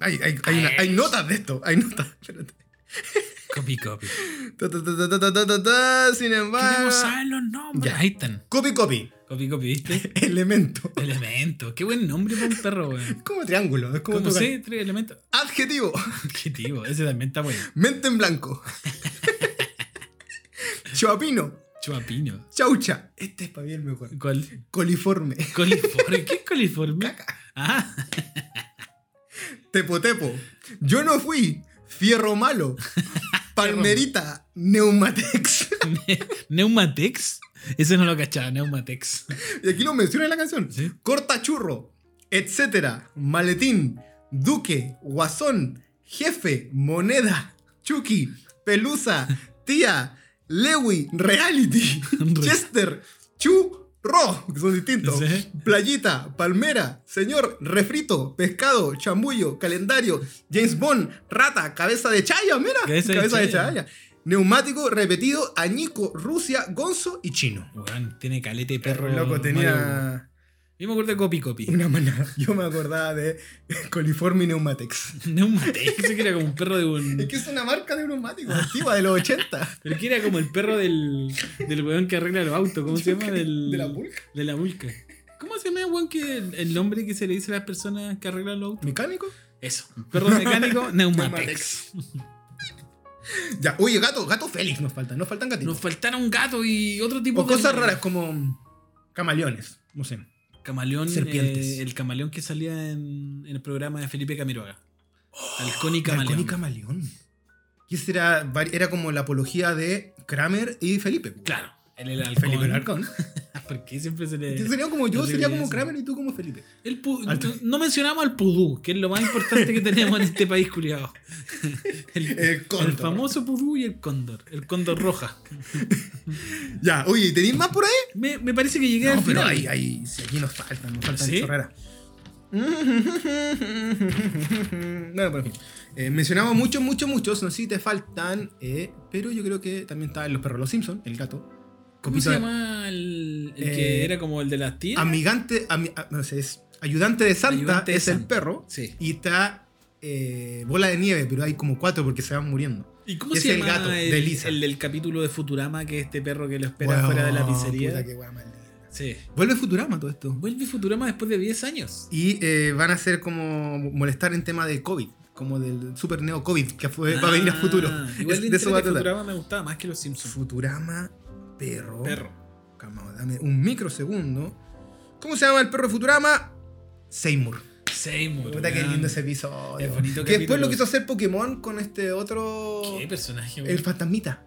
Hay, hay, hay, una- hay notas de esto, hay notas. Espérate. Copy Copy. Ta, ta, ta, ta, ta, ta, ta, ta, sin embargo. Queremos saber los nombres. Ya. Ahí están. Copy, copy. Copy Copy, ¿viste? Elemento. Elemento. Qué buen nombre para un perro, weón. Es como triángulo, es como ¿Cómo tu- sé? Tres elementos. Adjetivo. Objetivo. Ese también está bueno. Mente en blanco. Chuapino. Chuapino. Chaucha. Este es para mí el mejor. ¿Cuál? Coliforme. Coliforme. ¿Qué es coliforme? Ah, Tepotepo. Yo no fui. Fierro malo. Palmerita. Neumatex. Neumatex. Ese no lo cachaba, Neumatex. y aquí lo menciona en la canción. Sí. Cortachurro. Etcétera. Maletín. Duque. Guasón. Jefe. Moneda. Chucky. Pelusa. Tía. Lewy. Reality. Re- Chester. Chu. Ro, que son distintos. Sí. Playita, palmera, señor, refrito, pescado, chambullo, calendario, James Bond, rata, cabeza de chaya, mira, Cabeza de chaya. Neumático, repetido, añico, Rusia, gonzo y chino. Weón, tiene calete de perro. Loco, Mario. tenía Yo me acuerdo de Copy Copy. una manada. Yo me acordaba de Coliforme Neumatex. Neumatex, que era como un perro de Es un. que es una marca de neumáticos antigua, de los 80. Pero que era como el perro del. del weón que arregla los autos. ¿Cómo se llama? Del, ¿De la vulca? De la vulca. ¿Cómo se llama el weón que el, el nombre que se le dice a las personas que arreglan los autos? ¿Mecánico? Eso. Un perro mecánico, Neumatex. Neumatex. ya, oye, gato, gato Félix nos faltan, nos faltan gatitos. Nos faltaron gatos y otro tipo o de. cosas raras como mm, camaleones, no sé. Camaleón. Serpientes. eh, el camaleón que salía en, en el programa de Felipe Camiroaga. Halcón y Halcón camaleón. y camaleón. Y esa era, vari- era como la apología de Kramer y Felipe. Claro. El, el halcón. Felipe el halcón. ¿Por qué siempre se le.? Entonces sería como yo, No sé sería qué como decir. Kramer y tú como Felipe. El pu- Al- no- no mencionamos al pudú, que es lo más importante que tenemos en este país, culiado. El, El cóndor. el famoso pudú y el cóndor. El cóndor roja. Ya, oye, ¿tenéis más por ahí? Me, me parece que llegué al no, pero final. ahí, ahí, sí, aquí nos faltan, nos faltan ¿Sí? chorreras. Bueno, pero en fin. Eh, mencionamos muchos, muchos, muchos. No sé si te faltan, eh, pero yo creo que también está en Los Perros Los Simpson, el gato. ¿Cómo Copito se de- llama el, el Eh, que era como el de las tías? Amigante, ami- ah, no sé, es ayudante de Santa, Ayudante de es el Santa. perro. Sí. Y está eh, Bola de Nieve, pero hay como cuatro porque se van muriendo. ¿Y cómo es se el llama gato de el, Lisa. el del capítulo de Futurama que es este perro que lo espera Weón, fuera de la pizzería? puta, qué wea maldita. Sí. Vuelve Futurama todo esto. Vuelve Futurama después de 10 años. Y eh, van a ser como molestar en tema de COVID, como del super neo COVID que fue- va Ah, a venir a futuro. Igual Es- de, de eso va a tratar. Futurama me gustaba más que los Simpsons. Futurama, perro. Perro. Calmado, dame un microsegundo. ¿Cómo se llama el perro de Futurama? Seymour. Seymour. Puta, qué weón. lindo ese episodio. Es bonito que después capítulo. lo quiso hacer Pokémon con este otro. Qué personaje, El fantasmita.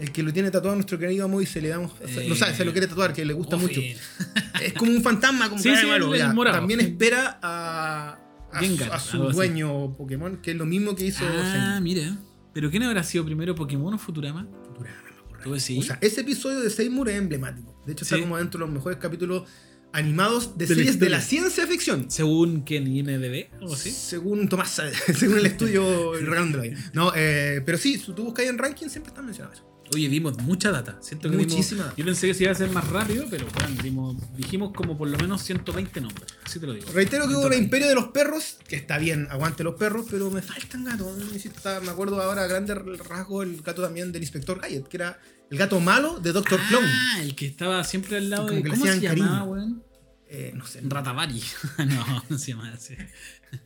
El que lo tiene tatuado a nuestro querido amo y se le damos. Eh. oh, No sabe, se lo quiere tatuar, que le gusta mucho. Muffin. Es como un fantasma, como Sí, que, sí, "Ay, malo, el- el ya". morado. También espera a, a, Gengar, su, a su algo así. dueño Pokémon, que es lo mismo que hizo Ah, Seymour. mira. ¿Pero quién habrá sido primero, Pokémon o Futurama? Futurama, por ¿Tú ahí. decís? O sea, ese episodio de Seymour es emblemático. De hecho, Sí. está como dentro de los mejores capítulos animados De de, la series de historia. la ciencia ficción. Según que en IMDB, algo así. Según Tomás, Saavedra, según el estudio el Real Android. No, eh, pero sí, si tú buscas ahí en ranking, siempre están mencionados. Oye, dimos mucha data. Siento que dimos- Muchísima data. yo pensé que se iba a hacer más rápido, pero bueno, dimos- dijimos como por lo menos 120 nombres. Así te lo digo. Reitero que hubo el Total. Imperio de los Perros, que está bien, aguante los perros, pero me faltan gatos. Me hiciste- me acuerdo ahora, a grande rasgo, el gato también del Inspector Gadget, que era el gato malo de Doctor ah, Clown. el que estaba siempre al lado Como de. que le ¿Cómo se hacían llamaba, cariño. weón? Eh, no sé. Ratavari. no, no se llamaba así.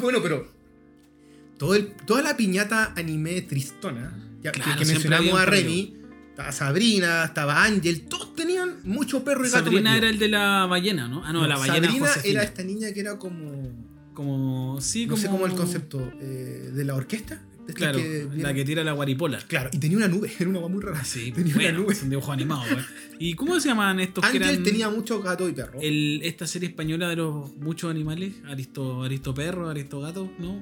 bueno, pero. Todo el- toda la piñata anime tristona, ya- que- Claro, que, siempre había mencionamos un a perro. Remy, estaba Sabrina, estaba Ángel, todos tenían mucho perro y gato. Sabrina metido. era el de la ballena, ¿no? Ah, no, la ballena Sabrina Josefina. era esta niña que era como. Como. Sí, no como. sé cómo el concepto eh, de la orquesta. esta Claro, que la viene- que tira la guaripola. Claro, y tenía una nube, era una agua muy rara. Sí, tenía bueno, una nube. son dibujos animados, weón. ¿Y cómo se llamaban estos que Ángel eran tenía mucho gato y perro. el- esta serie española de los muchos animales? Aristo, Aristo Perro, Aristo Gato, ¿no?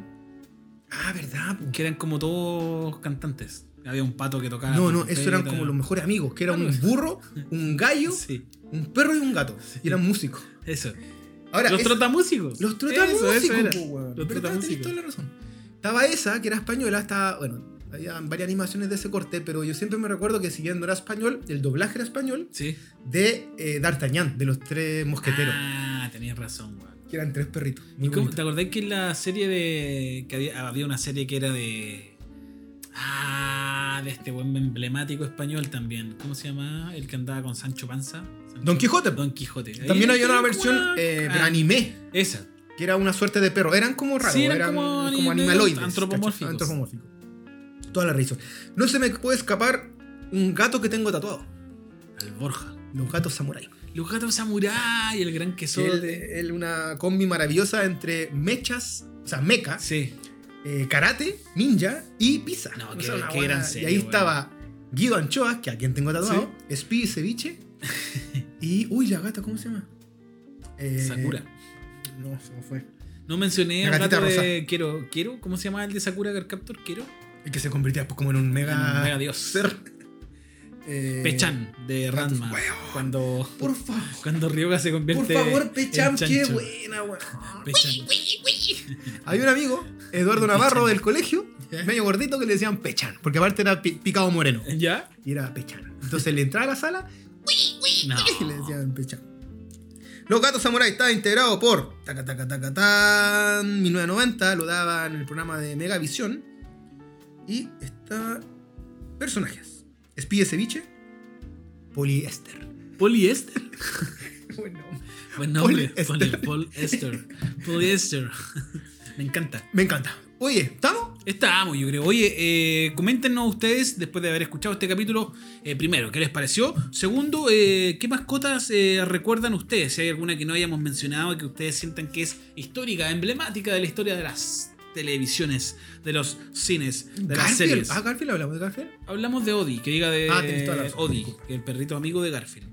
Ah, ¿verdad? po? Que eran como todos cantantes. Había un pato que tocaba. No, con no, esos eran trompeta. como los mejores amigos, que era Claro. un burro, un gallo, Ah, Sí, un perro y un gato. Y eran músicos. eso. Ahora, los es- trotamúsicos. los Eso, eso trotamúsicos, era. po, weón. Los Verdad, tenés trotamúsicos. toda la razón. Estaba esa, que era española, estaba, bueno, había varias animaciones de ese corte, pero yo siempre me recuerdo que si bien no era español, el doblaje era español, Sí. de eh, D'Artagnan, de los tres mosqueteros, Ah, tenías razón, weón. que eran tres perritos. muy ¿Y cómo- bonitos. ¿Te acordás que en la serie de. que había, había una serie que era de. Ah, de este buen emblemático español también. ¿Cómo se llama? El que andaba con Sancho Panza. Sancho- Don Quijote. Don Quijote. Ahí También había era una como versión, eh, pero ah, anime, Esa. que era una suerte de perro. Eran como raros, Sí, eran, eran como como, ani- animaloides. antropomórficos. ¿cachai? Antropomórficos. Toda la razón. No se me puede escapar un gato que tengo tatuado. Al Borja. Los gatos samurai. Los gatos samurái, el gran queso Él, él una combi maravillosa entre mechas, o sea, mechas, Sí. eh, karate, ninja y pizza. No, O qué- sea, una qué buena- gran Y serie, ahí weón. estaba Guido Anchoas, que a quien tengo tatuado, Speedy Ceviche y... Uy, la gata, ¿cómo se llama? Eh, Sakura. No, se me fue. No mencioné La al gatita gato de Quiero. Quiero. ¿Cómo se llama el de Sakura Carcaptor? Quiero. El que se convertía pues, como en un mega... En un mega dios. ser. Eh, Pechan de gatos- Ranma. Weón. Cuando. Por favor. Cuando Ryoga se Por convierte. favor, en Pechan, qué chancho. buena, weón. Pechan. Había un amigo, Eduardo Navarro del colegio, medio gordito, que le decían Pechan, porque aparte era pi- picado moreno. ¿Ya? Y era Pechan. Entonces le entraba a la sala No. y le decían Pechan. Los Gatos Samurai estaba integrado por taca, taca, taca, tan, 1990, lo daba en el programa de Megavisión. Y está personajes. Espide ceviche, poliéster. Poliéster. Bueno. Buen nombre. Poliéster. Poli- Poliéster. Poliéster. Me encanta. Me encanta. Oye, ¿estamos? Estábamos, yo creo. Oye, eh, coméntenos ustedes, después de haber escuchado este capítulo, eh, primero, ¿qué les pareció? Segundo, eh, ¿qué mascotas eh, recuerdan ustedes? Si hay alguna que no hayamos mencionado y que ustedes sientan que es histórica, emblemática de la historia de las televisiones, de los cines, de las Garfield. series. Ah, Garfield hablamos de Garfield. Hablamos de Odi, que diga de Ah, tenés toda la razón, Odi, disculpa. el perrito amigo de Garfield.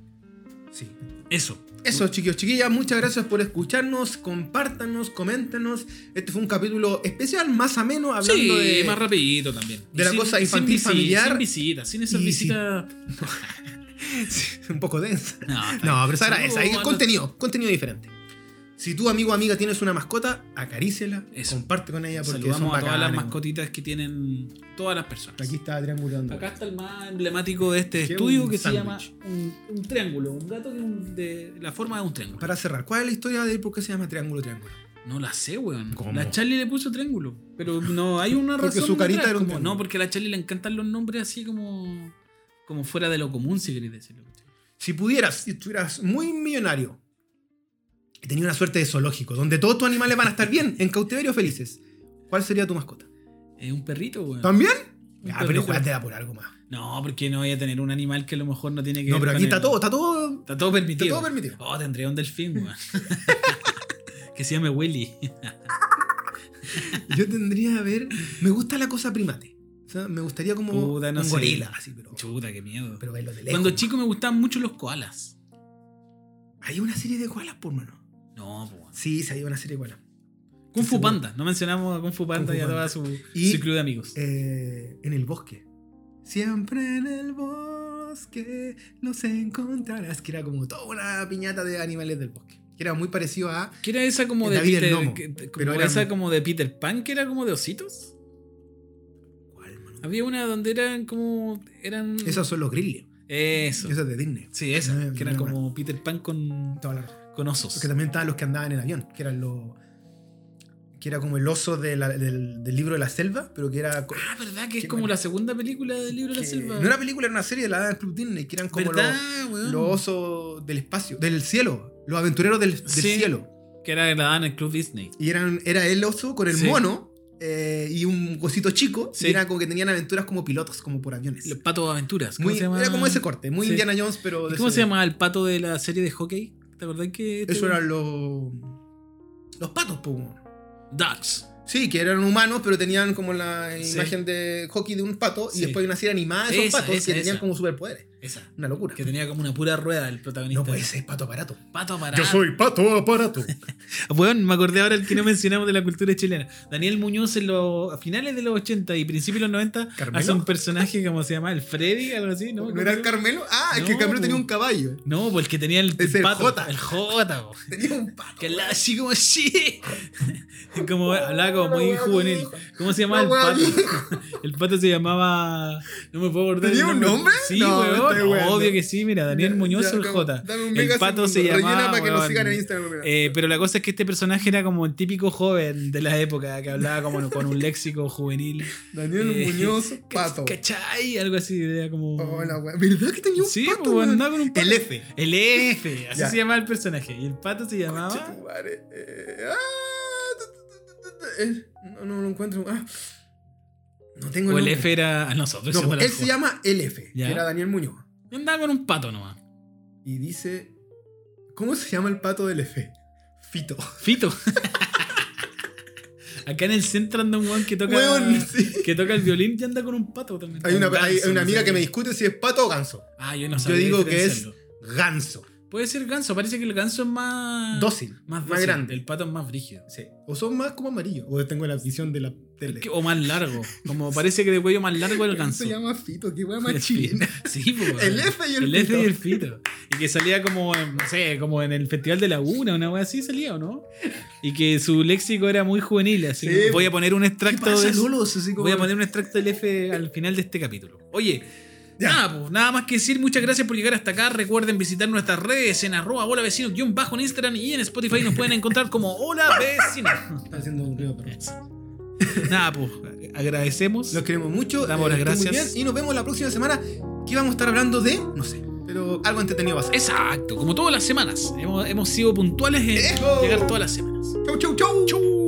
Sí. Eso. Eso, chiquillos, chiquillas, muchas gracias por escucharnos, compártanos, coméntanos. Este fue un capítulo especial, más ameno, hablando sí, de más rapidito también. de Y la cosa infantil, visi- familiar. Sin visitas, sin esas Y visitas. un poco densa. No, está No, bien. pero esa era esa, ahí No, no. contenido, contenido diferente. Si tu amigo o amiga tienes una mascota, acaríciela, Eso. comparte con ella porque son Saludamos a todas las bacanas. mascotitas que tienen todas las personas. Aquí está triangulando. Acá está el más emblemático de este Qué estudio un que se sándwich. llama un, un triángulo. Un gato que es un- de la forma de un triángulo. Para cerrar, ¿cuál es la historia de él? por qué se llama Triángulo Triángulo? No la sé, weón. ¿Cómo? La Charlie le puso triángulo. Pero no hay una razón. Porque su carita detrás, era un como- triángulo. No, porque a la Charlie le encantan los nombres así como. como fuera de lo común, si queréis decirlo. Si pudieras, si estuvieras muy millonario y tenías una suerte de zoológico, donde todos tus animales van a estar bien, en cautiverio felices, ¿cuál sería tu mascota? Es un perrito, weón. ¿También? Un Ah, pero perrito. jugátela por algo más. No, porque no voy a tener un animal que a lo mejor no tiene que No, ver pero con aquí el- está todo, está todo. Está todo permitido. Está todo permitido. Oh, tendría un delfín, weón. que se llame Willy. Yo tendría, a ver, me gusta la cosa primate. O sea, me gustaría como Puta, no un sé. gorila, así, pero, Chuta, qué miedo. pero verlo de lejos. Cuando chico me gustaban mucho los koalas. Hay una serie de koalas, por mano. No, po, weón. Sí, sí, hay una serie de koalas. Kung Fu seguro. Panda. No mencionamos a Kung Fu Panda Fu y a Panda. toda su, Y- su club de amigos. Eh, en el bosque. Siempre en el bosque los encontrarás. Que era como toda una piñata de animales del bosque. Que era muy parecido a. Que era esa como de David el Peter, Gnomo, que- como pero era- esa como de Peter Pan que era como de ositos. ¿Cuál, mano? Había una donde eran como eran Esos son los grizzlies. eso. Esos de Disney. Sí, esa, Eh, que era mira, como Peter Pan con, Toda la razón. con osos. Porque también estaban los que andaban en avión. Que eran los. Que era como el oso de la- del, del libro de la selva. Pero que era. co- Ah, verdad que es Qué como buena. la segunda película del libro de la que selva. No era película, era una serie de la del Club Disney. Que eran como los, ¿Verdad, weón? los osos del espacio. Del cielo. Los aventureros del, del Sí. cielo. Que era grabada en el Club Disney. Y eran, era el oso con el Sí. mono eh, y un cosito chico. Sí. Y era como que tenían aventuras como pilotos, como por aviones. Los Patos Aventuras. ¿cómo Muy- se llama? Era como ese corte, muy Sí. Indiana Jones, pero. ¿Y de ¿Cómo ese- se llamaba el pato de la serie de hockey? ¿Te acordás que este- Eso eran los. Los patos, pues. Ducks? Sí, que eran humanos, pero tenían como la Sí. imagen de hockey de un pato. Sí. Y después hay una serie animada de esos Esa, patos esa, que tenían esa. como superpoderes. Esa. Una locura. Que tenía como una pura rueda el protagonista. No puede ser pato aparato. Pato aparato. Yo soy pato aparato. Weón, me acordé ahora el que no mencionamos de la cultura chilena. Daniel Muñoz en los, a finales de los 80 y principios de los 90 ¿Carmelo? hace un personaje como se llama el Freddy, algo así, ¿no? ¿No, ¿Cómo era se el llama? Carmelo? Ah, es que el No, Carmelo tenía po. un caballo. No, pues el que tenía el, Es el pato. Jota. El Jota, po. Tenía un pato. Que hablaba así como así. Como, hablaba como muy juvenil. ¿Cómo se llamaba el La wea pato? El pato se llamaba. No me puedo acordar. el ¿Tenía un nombre? Sí, No, me weón. estoy weando. Obvio que sí, mira, Daniel Ya, Muñoz ya, o el como, Jota. dame un El mega pato se segundo, llamaba. Rellena para que nos weón, sigan en Instagram. mira. Eh, pero la cosa es que este personaje era como el típico joven de la época que hablaba como con un léxico juvenil. Daniel eh, Muñoz, pato. ¿Cachai? Algo así, era como. Hola, weón. ¿Verdad que tenía un Sí, pato? pues, weón? andaba con un pato. El F. El F, así Ya. se llamaba el personaje. Y el pato se Concha llamaba. tu madre. Eh, ah, tu, tu, tu, tu, eh, No, no lo encuentro. Ah. No tengo O el nombre. F era a nosotros. No, siendo él la se joda. llama El F, Ya. que era Daniel Muñoz. Yo andaba con un pato nomás. Y dice. ¿Cómo se llama el pato del F? Fito. Fito. Acá en el centro anda un weón que toca. Weón, sí. Que toca el violín y anda con un pato también. Hay una, Con hay- hay ganso, una no amiga sé que me qué. discute si es pato o ganso. Ah, yo no sabía. digo que es- diferenciarlo. Ganso. Puede ser ganso, parece que el ganso es más. Dócil. Más, Más dócil. grande. El pato es más brígido. Sí. O son más como amarillos. O tengo la visión de la tele. O más largo. Como parece que de cuello más largo el ganso. Se llama Fito, qué weá El más fi- chilena. Sí, po, weón. El F y el F y Fito. el Fito. Y que salía como, en, no sé, como en el Festival de la Una, una wea así salía, ¿o no? Y que su léxico era muy juvenil, así Sí. pues. que voy a poner un ¿Qué extracto pasa, de eso. Lolos? Así como- Voy a poner un extracto del F al final de este capítulo. Oye, Ya. nada, pues, nada más que decir, muchas gracias por llegar hasta acá. Recuerden visitar nuestras redes en arroba hola vecino guión bajo en Instagram y en Spotify nos pueden encontrar como hola vecino. Está haciendo un ruido, pero- nada, pues, agradecemos. Los queremos mucho. Damos las eh, estén muy gracias. bien, y nos vemos la próxima semana. Que vamos a estar hablando de. No sé. Pero algo entretenido va a ser. Exacto, como todas las semanas. Hemos, hemos sido puntuales en ¡Eso! llegar todas las semanas. Chau, chau, chau. Chau.